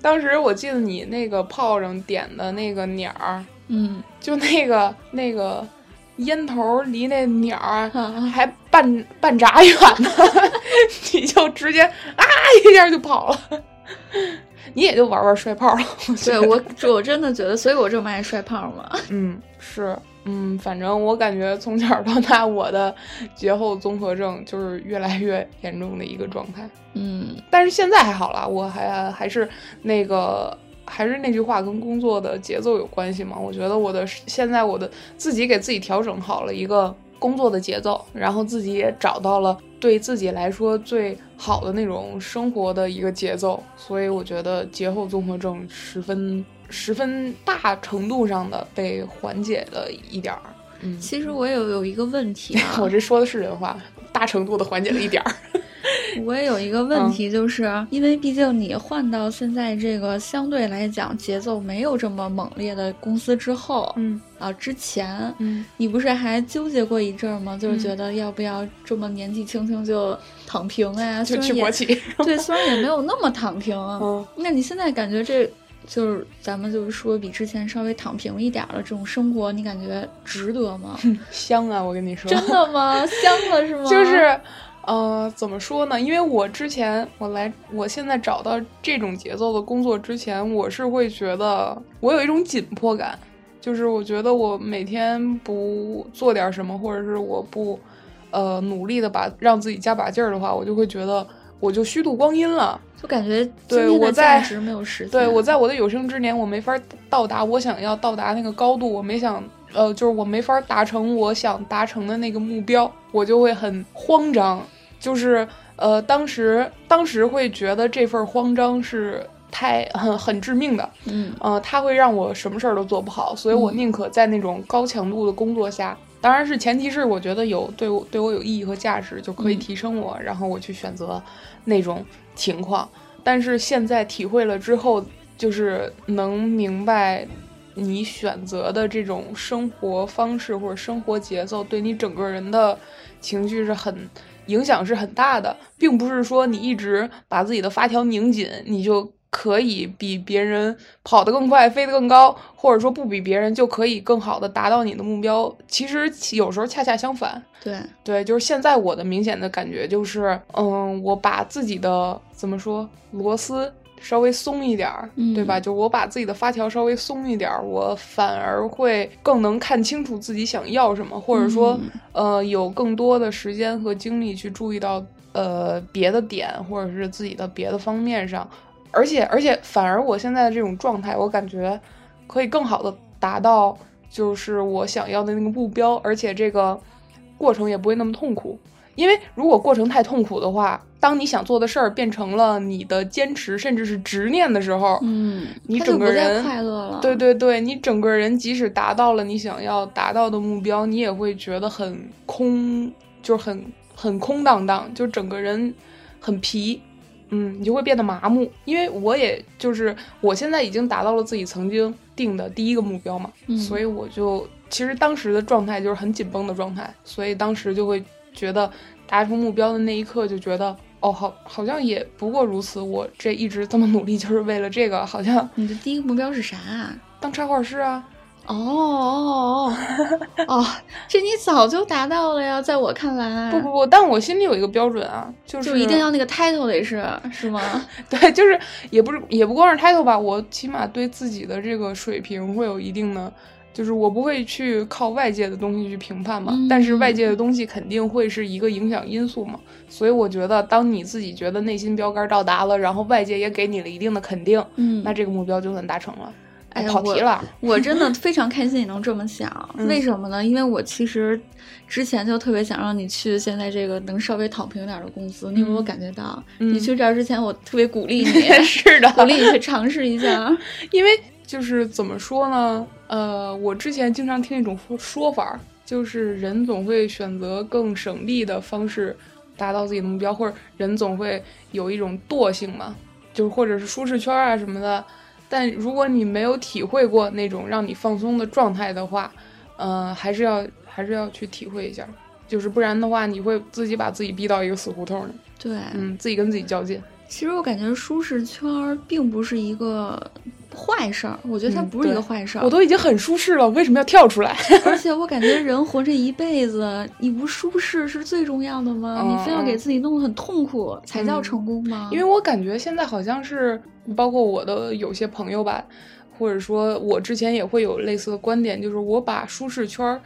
当时我记得你那个炮上点的那个鸟儿， 嗯，就那个那个烟头离那鸟 儿啊还半半拃远呢， 你就直接啊一下就跑了。 你也就玩玩摔炮了，我觉对得。我这我真的觉得，所以我这么爱摔炮嘛。嗯， 是，嗯，反正我感觉从小到大，我的节后综合症就是越来越严重的一个状态。嗯，但是现在还好啦，我还还是那个。还是那句话，跟工作的节奏有关系嘛？我觉得我的现在我的自己给自己调整好了一个工作的节奏，然后自己也找到了对自己来说最好的那种生活的一个节奏，所以我觉得节后综合症十分十分大程度上的被缓解了一 点儿。嗯，，其实我也有有一个问题 啊我这说的是人话，大程度的缓解了一点儿。我也有一个问题，就是、因为毕竟你换到现在这个相对来讲节奏没有这么猛烈的公司之后，嗯啊，之前嗯，你不是还纠结过一阵儿吗？就是觉得要不要这么年纪轻轻就躺平啊？就虽然去也国企。 对，虽然也没有那么躺平啊。嗯那你现在感觉这就是咱们就是说比之前稍微躺平一点儿了，这种生活你感觉值 得吗？香啊！我跟你说，真的吗？香了是吗？就是，呃，怎么说呢？因为我之前我来，我现在找到这种节奏的工作之前，我是会觉得我有一种紧迫感，就是我觉得我每天不做点什么，或者是我不，呃，努力的把让自己加把劲儿的话，我就会觉得我就虚度光阴了。就感觉今对天我的价在值没有实现。对我在我的有生之年，我没法到达我想要到达那个高度，我没想。呃，就是我没法达成我想达成的那个目标，我就会很慌张。就是呃，当时当时会觉得这份慌张是太很很致命的，嗯呃，它会让我什么事儿都做不好，所以我嗯宁可在那种高强度的工作下，当然是前提是我觉得有对我对我有意义和价值，就可以嗯提升我，然后我去选择那种情况。但是现在体会了之后，就是能明白。你选择的这种生活方式或者生活节奏，对你整个人的情绪是很影响是很大的，并不是说你一直把自己的发条拧紧，你就可以比别人跑得更快、飞得更高，或者说不比别人就可以更好的达到你的目标。其实有时候恰恰相反，对，对，就是现在我的明显的感觉就是，嗯，我把自己的怎么说螺丝稍微松一点儿，嗯对吧？就我把自己的发条稍微松一点儿，我反而会更能看清楚自己想要什么，或者说，呃，有更多的时间和精力去注意到呃别的点，或者是自己的别的方面上。而且而且，反而我现在的这种状态，我感觉可以更好的达到就是我想要的那个目标，而且这个过程也不会那么痛苦。因为如果过程太痛苦的话，当你想做的事儿变成了你的坚持，甚至是执念的时候，嗯，你他就整个不再人快乐了，对对对，你整个人即使达到了你想要达到的目标，你也会觉得很空，就是很很空荡荡，就整个人很皮。嗯，你就会变得麻木，因为我也就是我现在已经达到了自己曾经定的第一个目标嘛，嗯所以我就其实当时的状态就是很紧绷的状态，所以当时就会觉得达成目标的那一刻就觉得哦，好，好像也不过如此，我这一直这么努力就是为了这个，好像你的第一个目标是啥啊？当插画师啊，哦哦哦哦，这你早就达到了呀，在我看来，不不不，但我心里有一个标准啊，就是就一定要那个 title 得是是吗？ 对，就是也不是也不光是 title 吧，我起码对自己的这个水平会有一定的，就是我不会去靠外界的东西去评判嗯嘛，但是外界的东西肯定会是一个影响因素嘛，所以我觉得当你自己觉得内心标杆到达了，然后外界也给你了一定的肯定，嗯那这个目标就算达成了。哎呀跑题我 了， 我真的非常开心你能这么想，嗯为什么呢？因为我其实之前就特别想让你去现在这个能稍微躺平点的公司，因为我感觉到、嗯你去这儿之前，我特别鼓 励你，是的，鼓励你去尝试 一下。因为就是怎么说呢？呃，我之前经常听一种说说法儿，就是人总会选择更省力的方式达到自己的目标，或者人总会有一种惰性嘛，就是或者是舒适圈啊什么的。但如果你没有体会过那种让你放松的状态的话，呃，还是要还是要去体会一下，就是不然的话，你会自己把自己逼到一个死胡同里，对，嗯，自己跟自己较劲。其实我感觉舒适圈儿并不是一个坏事儿，我觉得它嗯不是一个对坏事儿。我都已经很舒适了，为什么要跳出来？而且我感觉人活着一辈子，你不舒适是最重要的吗？嗯你非要给自己弄得很痛苦，才叫成功吗？因为我感觉现在好像是，包括我的有些朋友吧，或者说我之前也会有类似的观点，就是我把舒适圈儿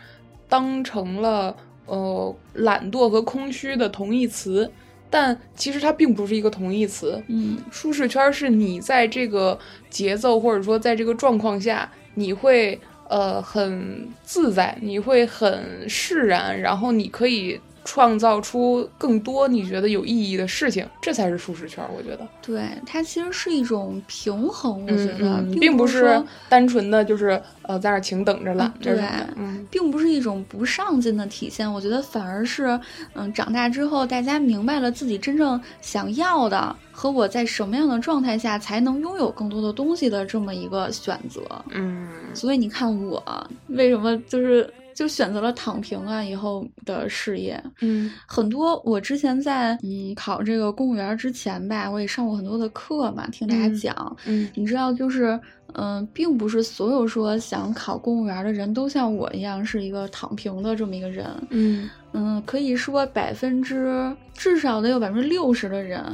当成了呃懒惰和空虚的同义词，但其实它并不是一个同义词。嗯，舒适圈儿是你在这个节奏或者说在这个状况下，你会呃很自在，你会很释然，然后你可以创造出更多你觉得有意义的事情，这才是舒适圈儿。我觉得，对，它其实是一种平衡，我觉嗯得、嗯，并不不是是说单纯的就是呃在那儿请等着懒着什么的，对嗯并不是一种不上进的体现，我觉得反而是，嗯，长大之后大家明白了自己真正想要的和我在什么样的状态下才能拥有更多的东西的这么一个选择。嗯，所以你看我为什么就是就选择了躺平啊以后的事业，嗯很多我之前在嗯考这个公务员之前吧，我也上过很多的课嘛，听大家嗯讲，嗯你知道，就是嗯、呃并不是所有说想考公务员的人都像我一样是一个躺平的这么一个人。嗯嗯，可以说百分之至少得有百分之六十的人，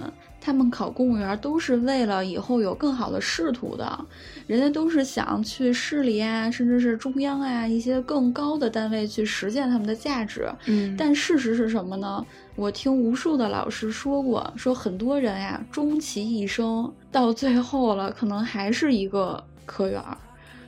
他们考公务员都是为了以后有更好的仕途的，人家都是想去市里啊，甚至是中央啊一些更高的单位去实践他们的价值。嗯，但事实是什么呢？我听无数的老师说过，说很多人呀，终其一生到最后了，可能还是一个科员儿。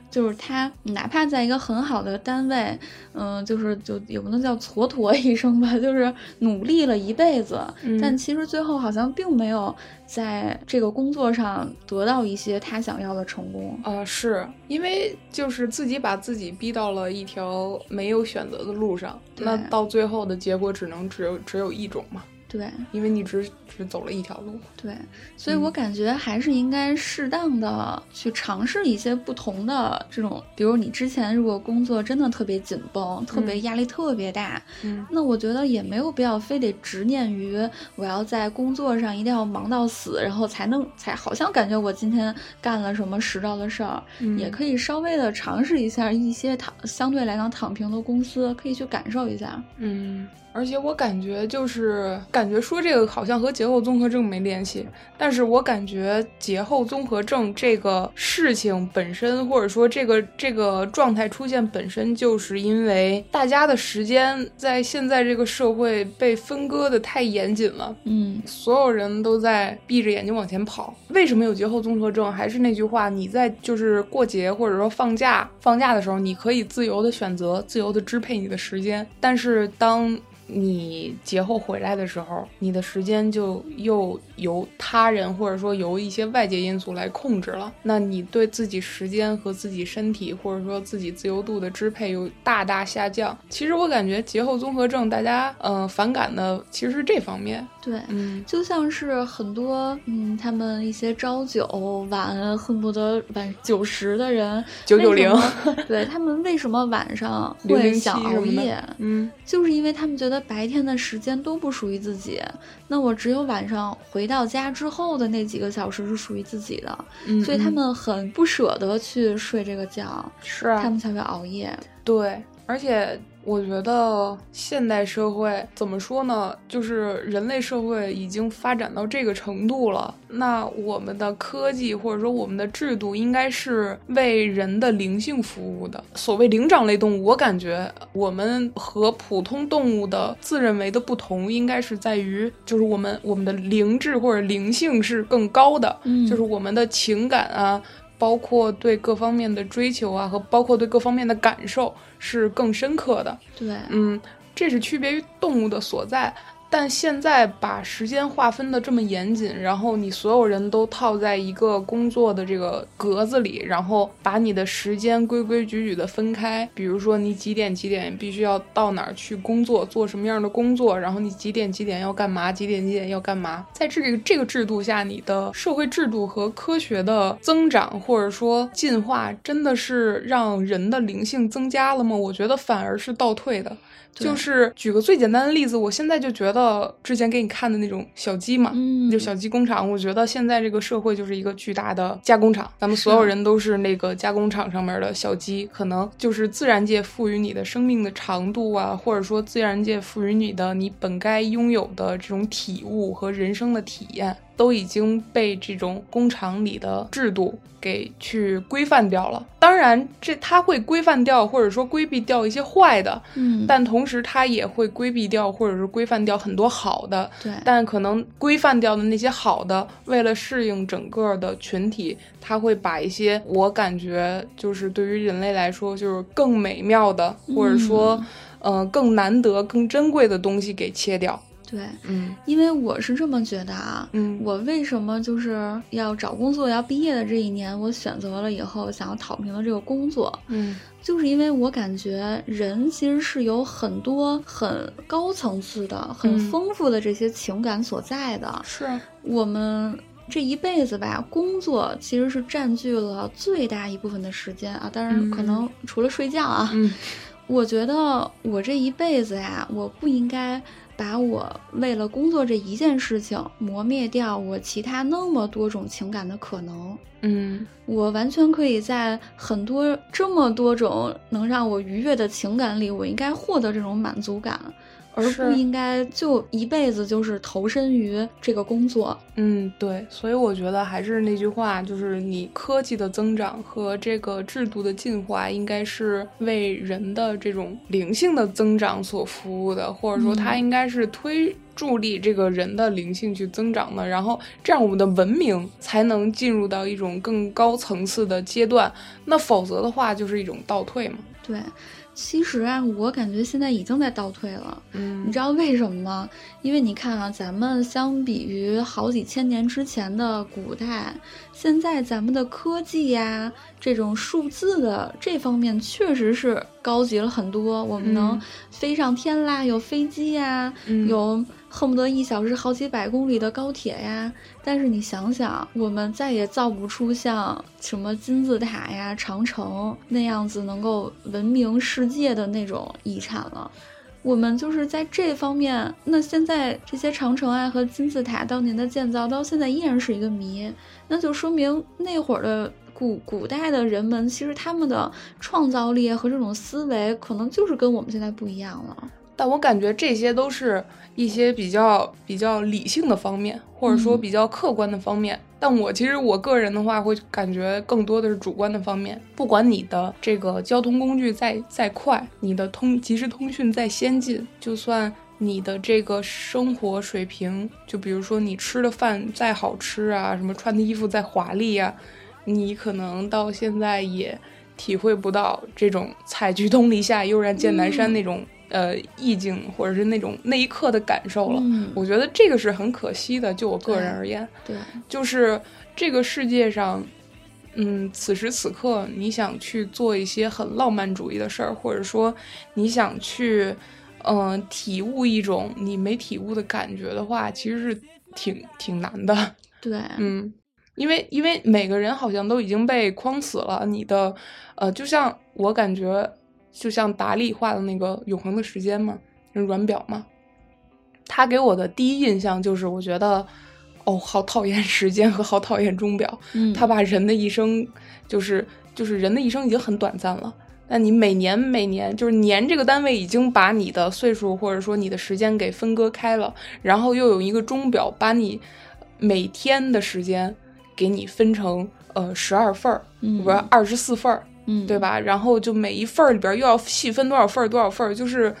就是他，哪怕在一个很好的单位，嗯、就是就也不能叫蹉跎一生吧，就是努力了一辈子，嗯但其实最后好像并没有在这个工作上得到一些他想要的成功。啊、是因为就是自己把自己逼到了一条没有选择的路上，对那到最后的结果只能只有只有一种嘛，对，因为你只只走了一条路。对，所以我嗯感觉还是应该适当的去尝试一些不同的这种，比如你之前如果工作真的特别紧绷，特别压力特别大，嗯那我觉得也没有必要非得执念于我要在工作上一定要忙到死，然后才能才好像感觉我今天干了什么实到的事儿，嗯也可以稍微的尝试一下一些躺相对来讲躺平的公司，可以去感受一下。嗯，而且我感觉就是感觉说这个好像和节后综合症没联系，但是我感觉节后综合症这个事情本身，或者说这个这个状态出现本身，就是因为大家的时间在现在这个社会被分割的太严谨了，嗯所有人都在闭着眼睛往前跑。为什么有节后综合症？还是那句话，你在就是过节或者说放假放假的时候，你可以自由的选择，自由的支配你的时间。但是当你节后回来的时候，你的时间就又由他人或者说由一些外界因素来控制了。那你对自己时间和自己身体或者说自己自由度的支配又大大下降。其实我感觉节后综合症大家呃反感的其实是这方面，对。嗯。就像是很多嗯，他们一些朝九晚恨不得晚九十的人， 990为什么 对他们为什么晚上会007想什熬么的夜？嗯，就是因为他们觉得白天的时间都不属于自己，那我只有晚上回到家之后的那几个小时是属于自己的，嗯所以他嗯们很不舍得去睡这个觉，是他啊，们才会熬夜。对，而且我觉得现代社会怎么说呢，就是人类社会已经发展到这个程度了，那我们的科技或者说我们的制度应该是为人的灵性服务的。所谓灵长类动物，我感觉我们和普通动物的自认为的不同，应该是在于就是我们我们的灵智或者灵性是更高的，嗯就是我们的情感啊，包括对各方面的追求啊，和包括对各方面的感受是更深刻的。对，嗯，这是区别于动物的所在。但现在把时间划分的这么严谨，然后你所有人都套在一个工作的这个格子里，然后把你的时间规规矩矩的分开。比如说，你几点几点必须要到哪儿去工作，做什么样的工作，然后你几点几点要干嘛，几点几点要干嘛。在这个这个制度下，你的社会制度和科学的增长或者说进化，真的是让人的灵性增加了吗？我觉得反而是倒退的。对就是举个最简单的例子，我现在就觉得之前给你看的那种小鸡嘛，嗯，就小鸡工厂，我觉得现在这个社会就是一个巨大的加工厂，咱们所有人都是那个加工厂上面的小鸡，可能就是自然界赋予你的生命的长度啊，或者说自然界赋予你的你本该拥有的这种体悟和人生的体验，都已经被这种工厂里的制度给去规范掉了。当然，这它会规范掉，或者说规避掉一些坏的，嗯，但同时它也会规避掉或者是规范掉很多好的，对但可能规范掉的那些好的，为了适应整个的群体，它会把一些我感觉就是对于人类来说就是更美妙的，或者说，呃，更难得、更珍贵的东西给切掉。对，嗯因为我是这么觉得啊，嗯，我为什么就是要找工作要毕业的这一年，我选择了以后想要躺平的这个工作，嗯就是因为我感觉人其实是有很多很高层次的、很嗯丰富的这些情感所在的。是啊我们这一辈子吧，工作其实是占据了最大一部分的时间啊，当然可嗯能除了睡觉啊，嗯我觉得我这一辈子呀，我不应该把我为了工作这一件事情磨灭掉我其他那么多种情感的可能。嗯我完全可以在很多这么多种能让我愉悦的情感里，我应该获得这种满足感，而是不应该就一辈子就是投身于这个工作。嗯，对，所以我觉得还是那句话，就是你科技的增长和这个制度的进化，应该是为人的这种灵性的增长所服务的，或者说它嗯应该是推助力这个人的灵性去增长的，然后这样我们的文明才能进入到一种更高层次的阶段，那否则的话就是一种倒退嘛。对，其实啊，我感觉现在已经在倒退了。你嗯知道为什么吗？因为你看啊，咱们相比于好几千年之前的古代，现在咱们的科技呀、这种数字的这方面确实是高级了很多，我们能嗯飞上天啦，有飞机呀、嗯有恨不得一小时好几百公里的高铁呀。但是你想想，我们再也造不出像什么金字塔呀、长城那样子能够闻名世界的那种遗产了。我们就是在这方面，那现在这些长城啊和金字塔当年的建造到现在依然是一个谜，那就说明那会儿的古古代的人们，其实他们的创造力和这种思维可能就是跟我们现在不一样了。但我感觉这些都是一些比较比较理性的方面，或者说嗯比较客观的方面。但我其实我个人的话，会感觉更多的是主观的方面。不管你的这个交通工具再再快，你的通即时通讯再先进，就算你的这个生活水平，就比如说你吃的饭再好吃啊，什么穿的衣服再华丽啊，你可能到现在也体会不到这种“采菊东篱下，悠然见南嗯山”那种、呃意境，或者是那种那一刻的感受了。嗯我觉得这个是很可惜的，就我个人对而言，对，就是这个世界上，嗯，此时此刻你想去做一些很浪漫主义的事儿，或者说你想去，嗯、体悟一种你没体悟的感觉的话，其实是挺挺难的。对，嗯，因为因为每个人好像都已经被框死了，你的，呃，就像我感觉，就像达利画的那个《永恒的时间》嘛，就是软表嘛，他给我的第一印象就是，我觉得，哦，好讨厌时间和好讨厌钟表，嗯他把人的一生，就是就是人的一生已经很短暂了。那你每年每年就是年这个单位已经把你的岁数或者说你的时间给分割开了，然后又有一个钟表把你每天的时间给你分成呃十二份儿，嗯不是二十四份儿，嗯对？吧？然后就每一份儿里边儿又要细分多少份儿多少份儿，就是，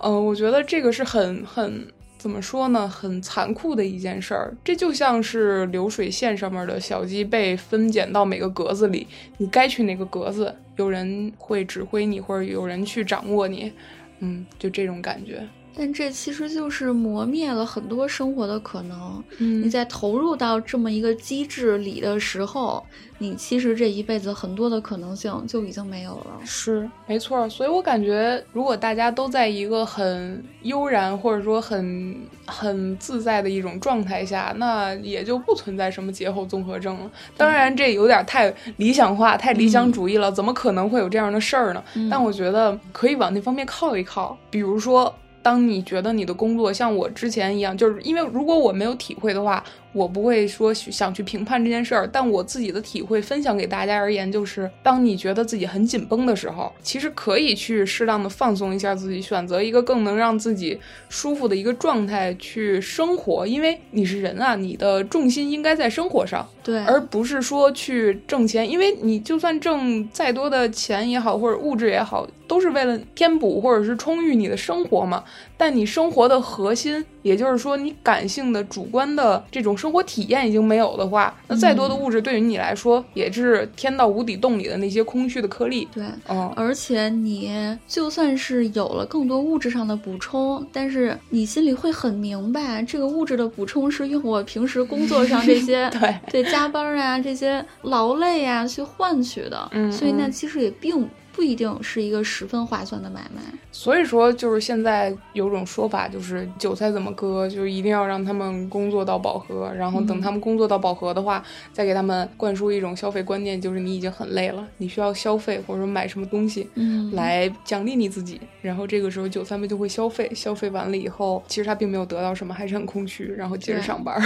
嗯、我觉得这个是很很怎么说呢，很残酷的一件事儿。这就像是流水线上面的小鸡被分拣到每个格子里，你该去哪个格子，有人会指挥你，或者有人去掌握你，嗯，就这种感觉。但这其实就是磨灭了很多生活的可能。嗯你在投入到这么一个机制里的时候，你其实这一辈子很多的可能性就已经没有了。是没错儿，所以我感觉，如果大家都在一个很悠然或者说很很自在的一种状态下，那也就不存在什么节后综合症了。当然，这有点太理想化、太理想主义了，怎么可能会有这样的事儿呢？嗯但我觉得可以往那方面靠一靠，比如说。当你觉得你的工作像我之前一样，就是因为如果我没有体会的话，我不会说去想去评判这件事儿，但我自己的体会分享给大家而言，就是当你觉得自己很紧绷的时候，其实可以去适当的放松一下自己，选择一个更能让自己舒服的一个状态去生活，因为你是人啊，你的重心应该在生活上，对，而不是说去挣钱，因为你就算挣再多的钱也好，或者物质也好，都是为了填补或者是充裕你的生活嘛。但你生活的核心，也就是说你感性的、主观的这种生活体验已经没有的话，那再多的物质对于你来说也是填到无底洞里的那些空虚的颗粒。对，嗯，而且你就算是有了更多物质上的补充，但是你心里会很明白，这个物质的补充是用我平时工作上这些 对，对加班儿啊这些劳累啊去换取的，嗯所以那嗯其实也并不一定是一个十分划算的买卖。所以说就是现在有种说法，就是韭菜怎么割，就是一定要让他们工作到饱和，然后等嗯他们工作到饱和的话，再给他们灌输一种消费观念，就是你已经很累了，你需要消费或者说买什么东西。嗯，来奖励你自己，然后这个时候韭菜们就会消费，消费完了以后，其实他并没有得到什么，还是很空虚，然后接着对上班。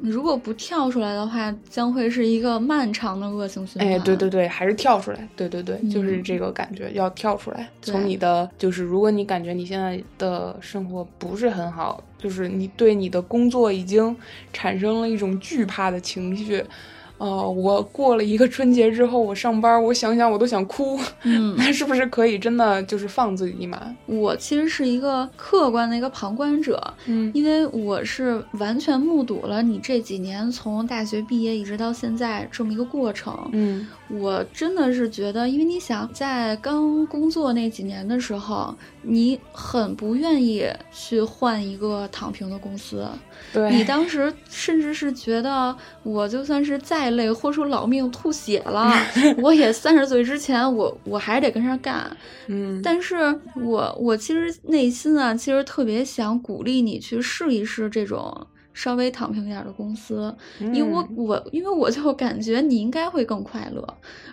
你如果不跳出来的话，将会是一个漫长的恶性循环。哎，对对对，还是跳出来，对对对，就是嗯这个感觉，要跳出来，对从你的就是，如果你感觉你现在的生活不是很好，就是你对你的工作已经产生了一种惧怕的情绪。呃，我过了一个春节之后，我上班，我想想我都想哭。 嗯那是不是可以真的就是放自己一马？我其实是一个客观的一个旁观者，嗯因为我是完全目睹了你这几年从大学毕业一直到现在这么一个过程。嗯我真的是觉得，因为你想，在刚工作那几年的时候，你很不愿意去换一个躺平的公司，对，你当时甚至是觉得，我就算是再累，豁出老命吐血了，我也三十岁之前，我我还是得跟上干。嗯，但是我我其实内心啊，其实特别想鼓励你去试一试这种稍微躺平一点的公司，因为我嗯我因为我就感觉你应该会更快乐，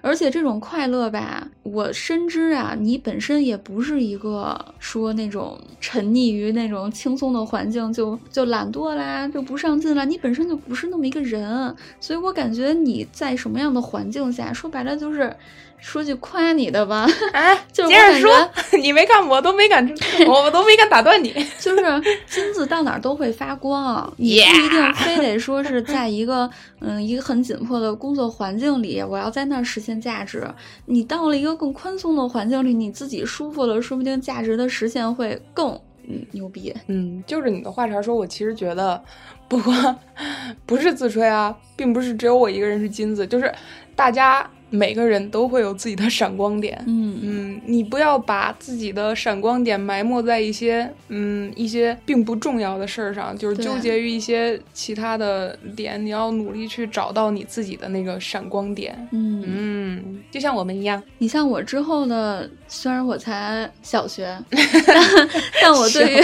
而且这种快乐吧，我深知啊，你本身也不是一个说那种沉溺于那种轻松的环境就就懒惰啦，就不上进啦，你本身就不是那么一个人，所以我感觉你在什么样的环境下，说白了就是说句夸你的吧，哎， 就是接我着感说， 你没看我都没敢， 我我都没敢打断你。就是金子到哪儿都会发光，Yeah 你不一定非得说是在一个嗯一个很紧迫的工作环境里，我要在那儿实现价值。你到了一个更宽松的环境里，你自己舒服了，说不定价值的实现会更嗯牛逼。嗯，就是你的话茬说，我其实觉得，不过 不是自吹啊，并不是只有我一个人是金子，就是大家每个人都会有自己的闪光点。嗯嗯，你不要把自己的闪光点埋没在一些嗯一些并不重要的事儿上，就是对纠结于一些其他的点。你要努力去找到你自己的那个闪光点。嗯，嗯，就像我们一样，你像我之后的，虽然我才小 学，但但我对于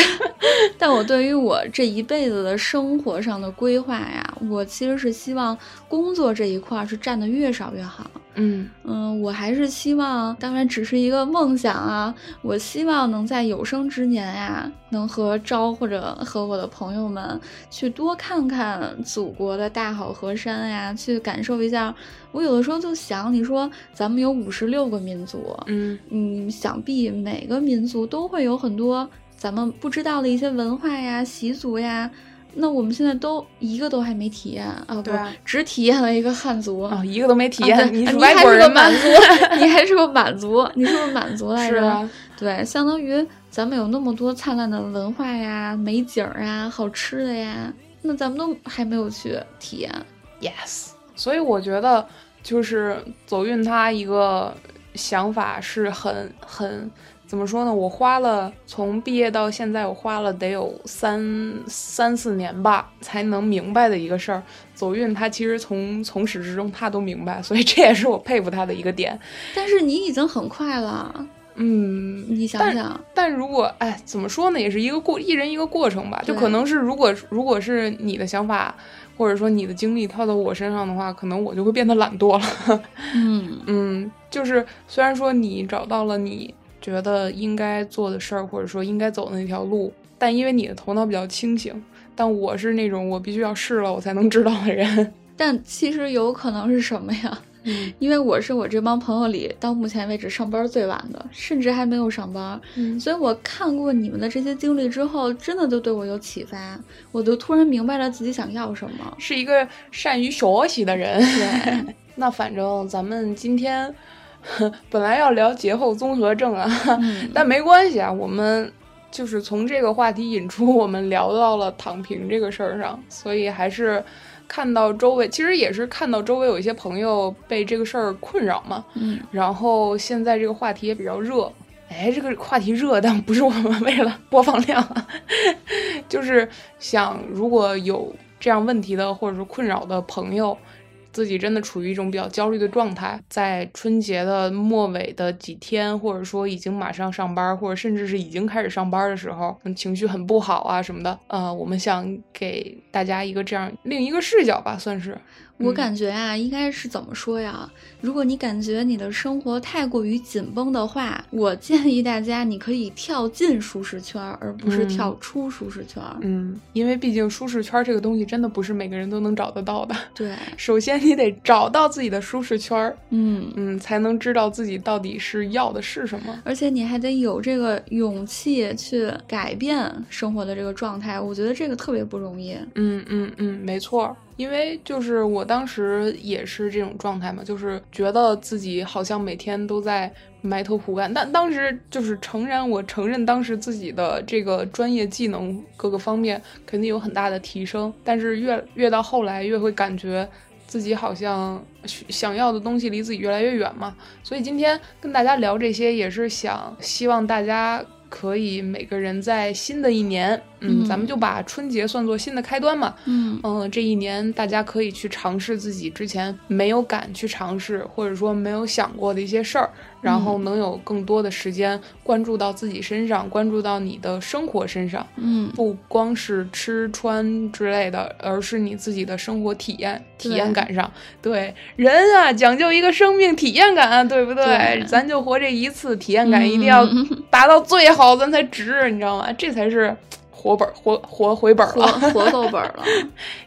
但我对于我这一辈子的生活上的规划呀，我其实是希望工作这一块儿是占的越少越好。嗯嗯，我还是希望，当然只是一个梦想啊。我希望能在有生之年呀、能和昭或者和我的朋友们去多看看祖国的大好河山呀、去感受一下。我有的时候就想，你说咱们有五十六个民族，嗯嗯，想必每个民族都会有很多咱们不知道的一些文化呀、习俗呀。那我们现在都一个都还没体验啊，不对啊只体验了一个汉族啊、一个都没体验，啊对你啊是你外还国是个人吗？满 族，你还是个满族，你是个满族来是着？啊，对，相当于咱们有那么多灿烂的文化呀、美景儿啊、好吃的呀，那咱们都还没有去体验。 Yes，所以我觉得就是走运他一个想法是很很怎么说呢？我花了从毕业到现在，我花了得有三三四年吧，才能明白的一个事儿。走运他其实从从始至终他都明白，所以这也是我佩服他的一个点。但是你已经很快了，嗯，你想想，但如果哎，怎么说呢，也是一个过一人一个过程吧。就对可能是如果如果是你的想法或者说你的经历套到我身上的话，可能我就会变得懒惰了。嗯，嗯，就是虽然说你找到了你觉得应该做的事儿，或者说应该走的那条路，但因为你的头脑比较清醒，但我是那种我必须要试了我才能知道的人。但其实有可能是什么呀？ 因为我是我这帮朋友里到目前为止上班最晚的，甚至还没有上班。嗯所以我看过你们的这些经历之后，真的就对我有启发，我就突然明白了自己想要什 么。是一个善于学习的人。对， 那反正咱们今天 本来要聊节后综合症啊，嗯，但没关系啊，我们就是从这个话题引出，我们聊到了躺平这个事儿上，所以还是看到周围，其实也是看到周围有一些朋友被这个事儿困扰嘛。嗯，然后现在这个话题也比较热，哎，这个话题热，但不是我们为了播放量啊， 就是想如果有这样问题的或者说困扰的朋友。自己真的处于一种比较焦虑的状态，在春节的末尾的几天，或者说已经马上上班，或者甚至是已经开始上班的时候，嗯情绪很不好啊什么的，呃，我们想给大家一个这样另一个视角吧，算是，嗯我感觉啊，应该是怎么说呀？如果你感觉你的生活太过于紧绷的话，我建议大家你可以跳进舒适圈儿，而不是嗯跳出舒适圈儿。嗯，因为毕竟舒适圈这个东西真的不是每个人都能找得到的。 对，首先你得找到自己的舒适圈儿，嗯。嗯，才能知道自己到底是要的是什么。而且你还得有这个勇气去改变生活的这个状态，我觉得这个特别不容易。嗯嗯嗯，没错儿。因为就是我当时也是这种状态嘛，就是觉得自己好像每天都在埋头苦干。但当时就是诚然，我承认当时自己的这个专业技能各个方面肯定有很大的提升，但是越越到后来越会感觉自己好像需想要的东西离自己越来越远嘛。所以今天跟大家聊这些，也是想希望大家可以每个人在新的一年，嗯，嗯咱们就把春节算作新的开端嘛。嗯嗯，这一年大家可以去尝试自己之前没有敢去尝试，或者说没有想过的一些事儿，然后能有更多的时间关注到自己身上，关注到你的生活身上。嗯，不光是吃穿之类的，而是你自己的生活体验、体对验感上。对人啊，讲究一个生命体验感，啊对不对？对咱就活这一次，体验感一定要嗯达到最好，咱才值，你知道吗？这才是活本活活回本活了。活够本儿了。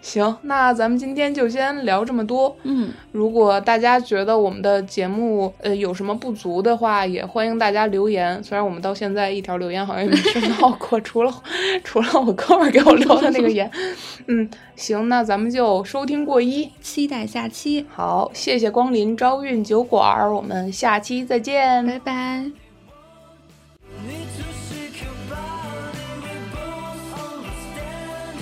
行，那咱们今天就先聊这么多。嗯，如果大家觉得我们的节目呃有什么不足的话，也欢迎大家留言。虽然我们到现在一条留 言好像也没收到过，除了除了我哥们儿给我留的那个言。嗯，行，那咱们就收听过一。期待下期，好，谢谢光临朝韵酒馆儿，我们下期再见，拜拜。 Need to shake your body, we both understand.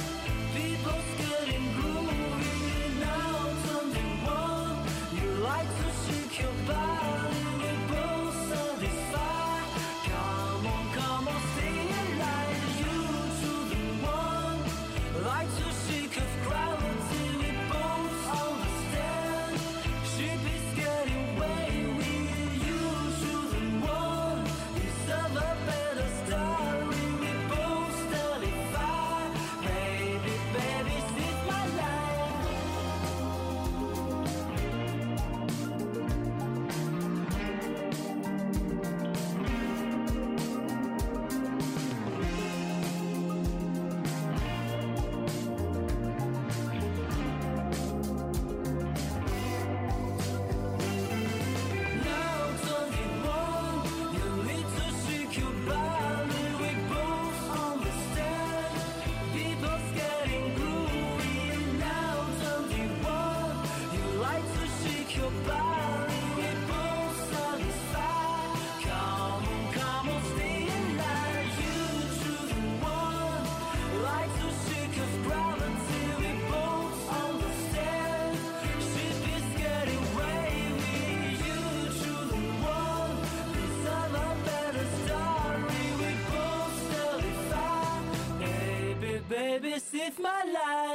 People's getting groovy now, something wrong. You like to shake your body, we both satisfy. Come on, come on, sing it like you to the one. Like to shake of gravity, we both understand. Ship is getting wavy, you to the one. It's of a better story, we both study fine. Baby, baby, save my life. Now something wrong, you need to shake your body, we both understand. People's getting groovy, now something wrong. You like to shake your body, we both satisfied. Come on, come on, stay alive, you to the one. Like to shake your gravity, we both understand. Ship is getting wavy, you to the one. This is a better story, we both still Baby, baby, save my life.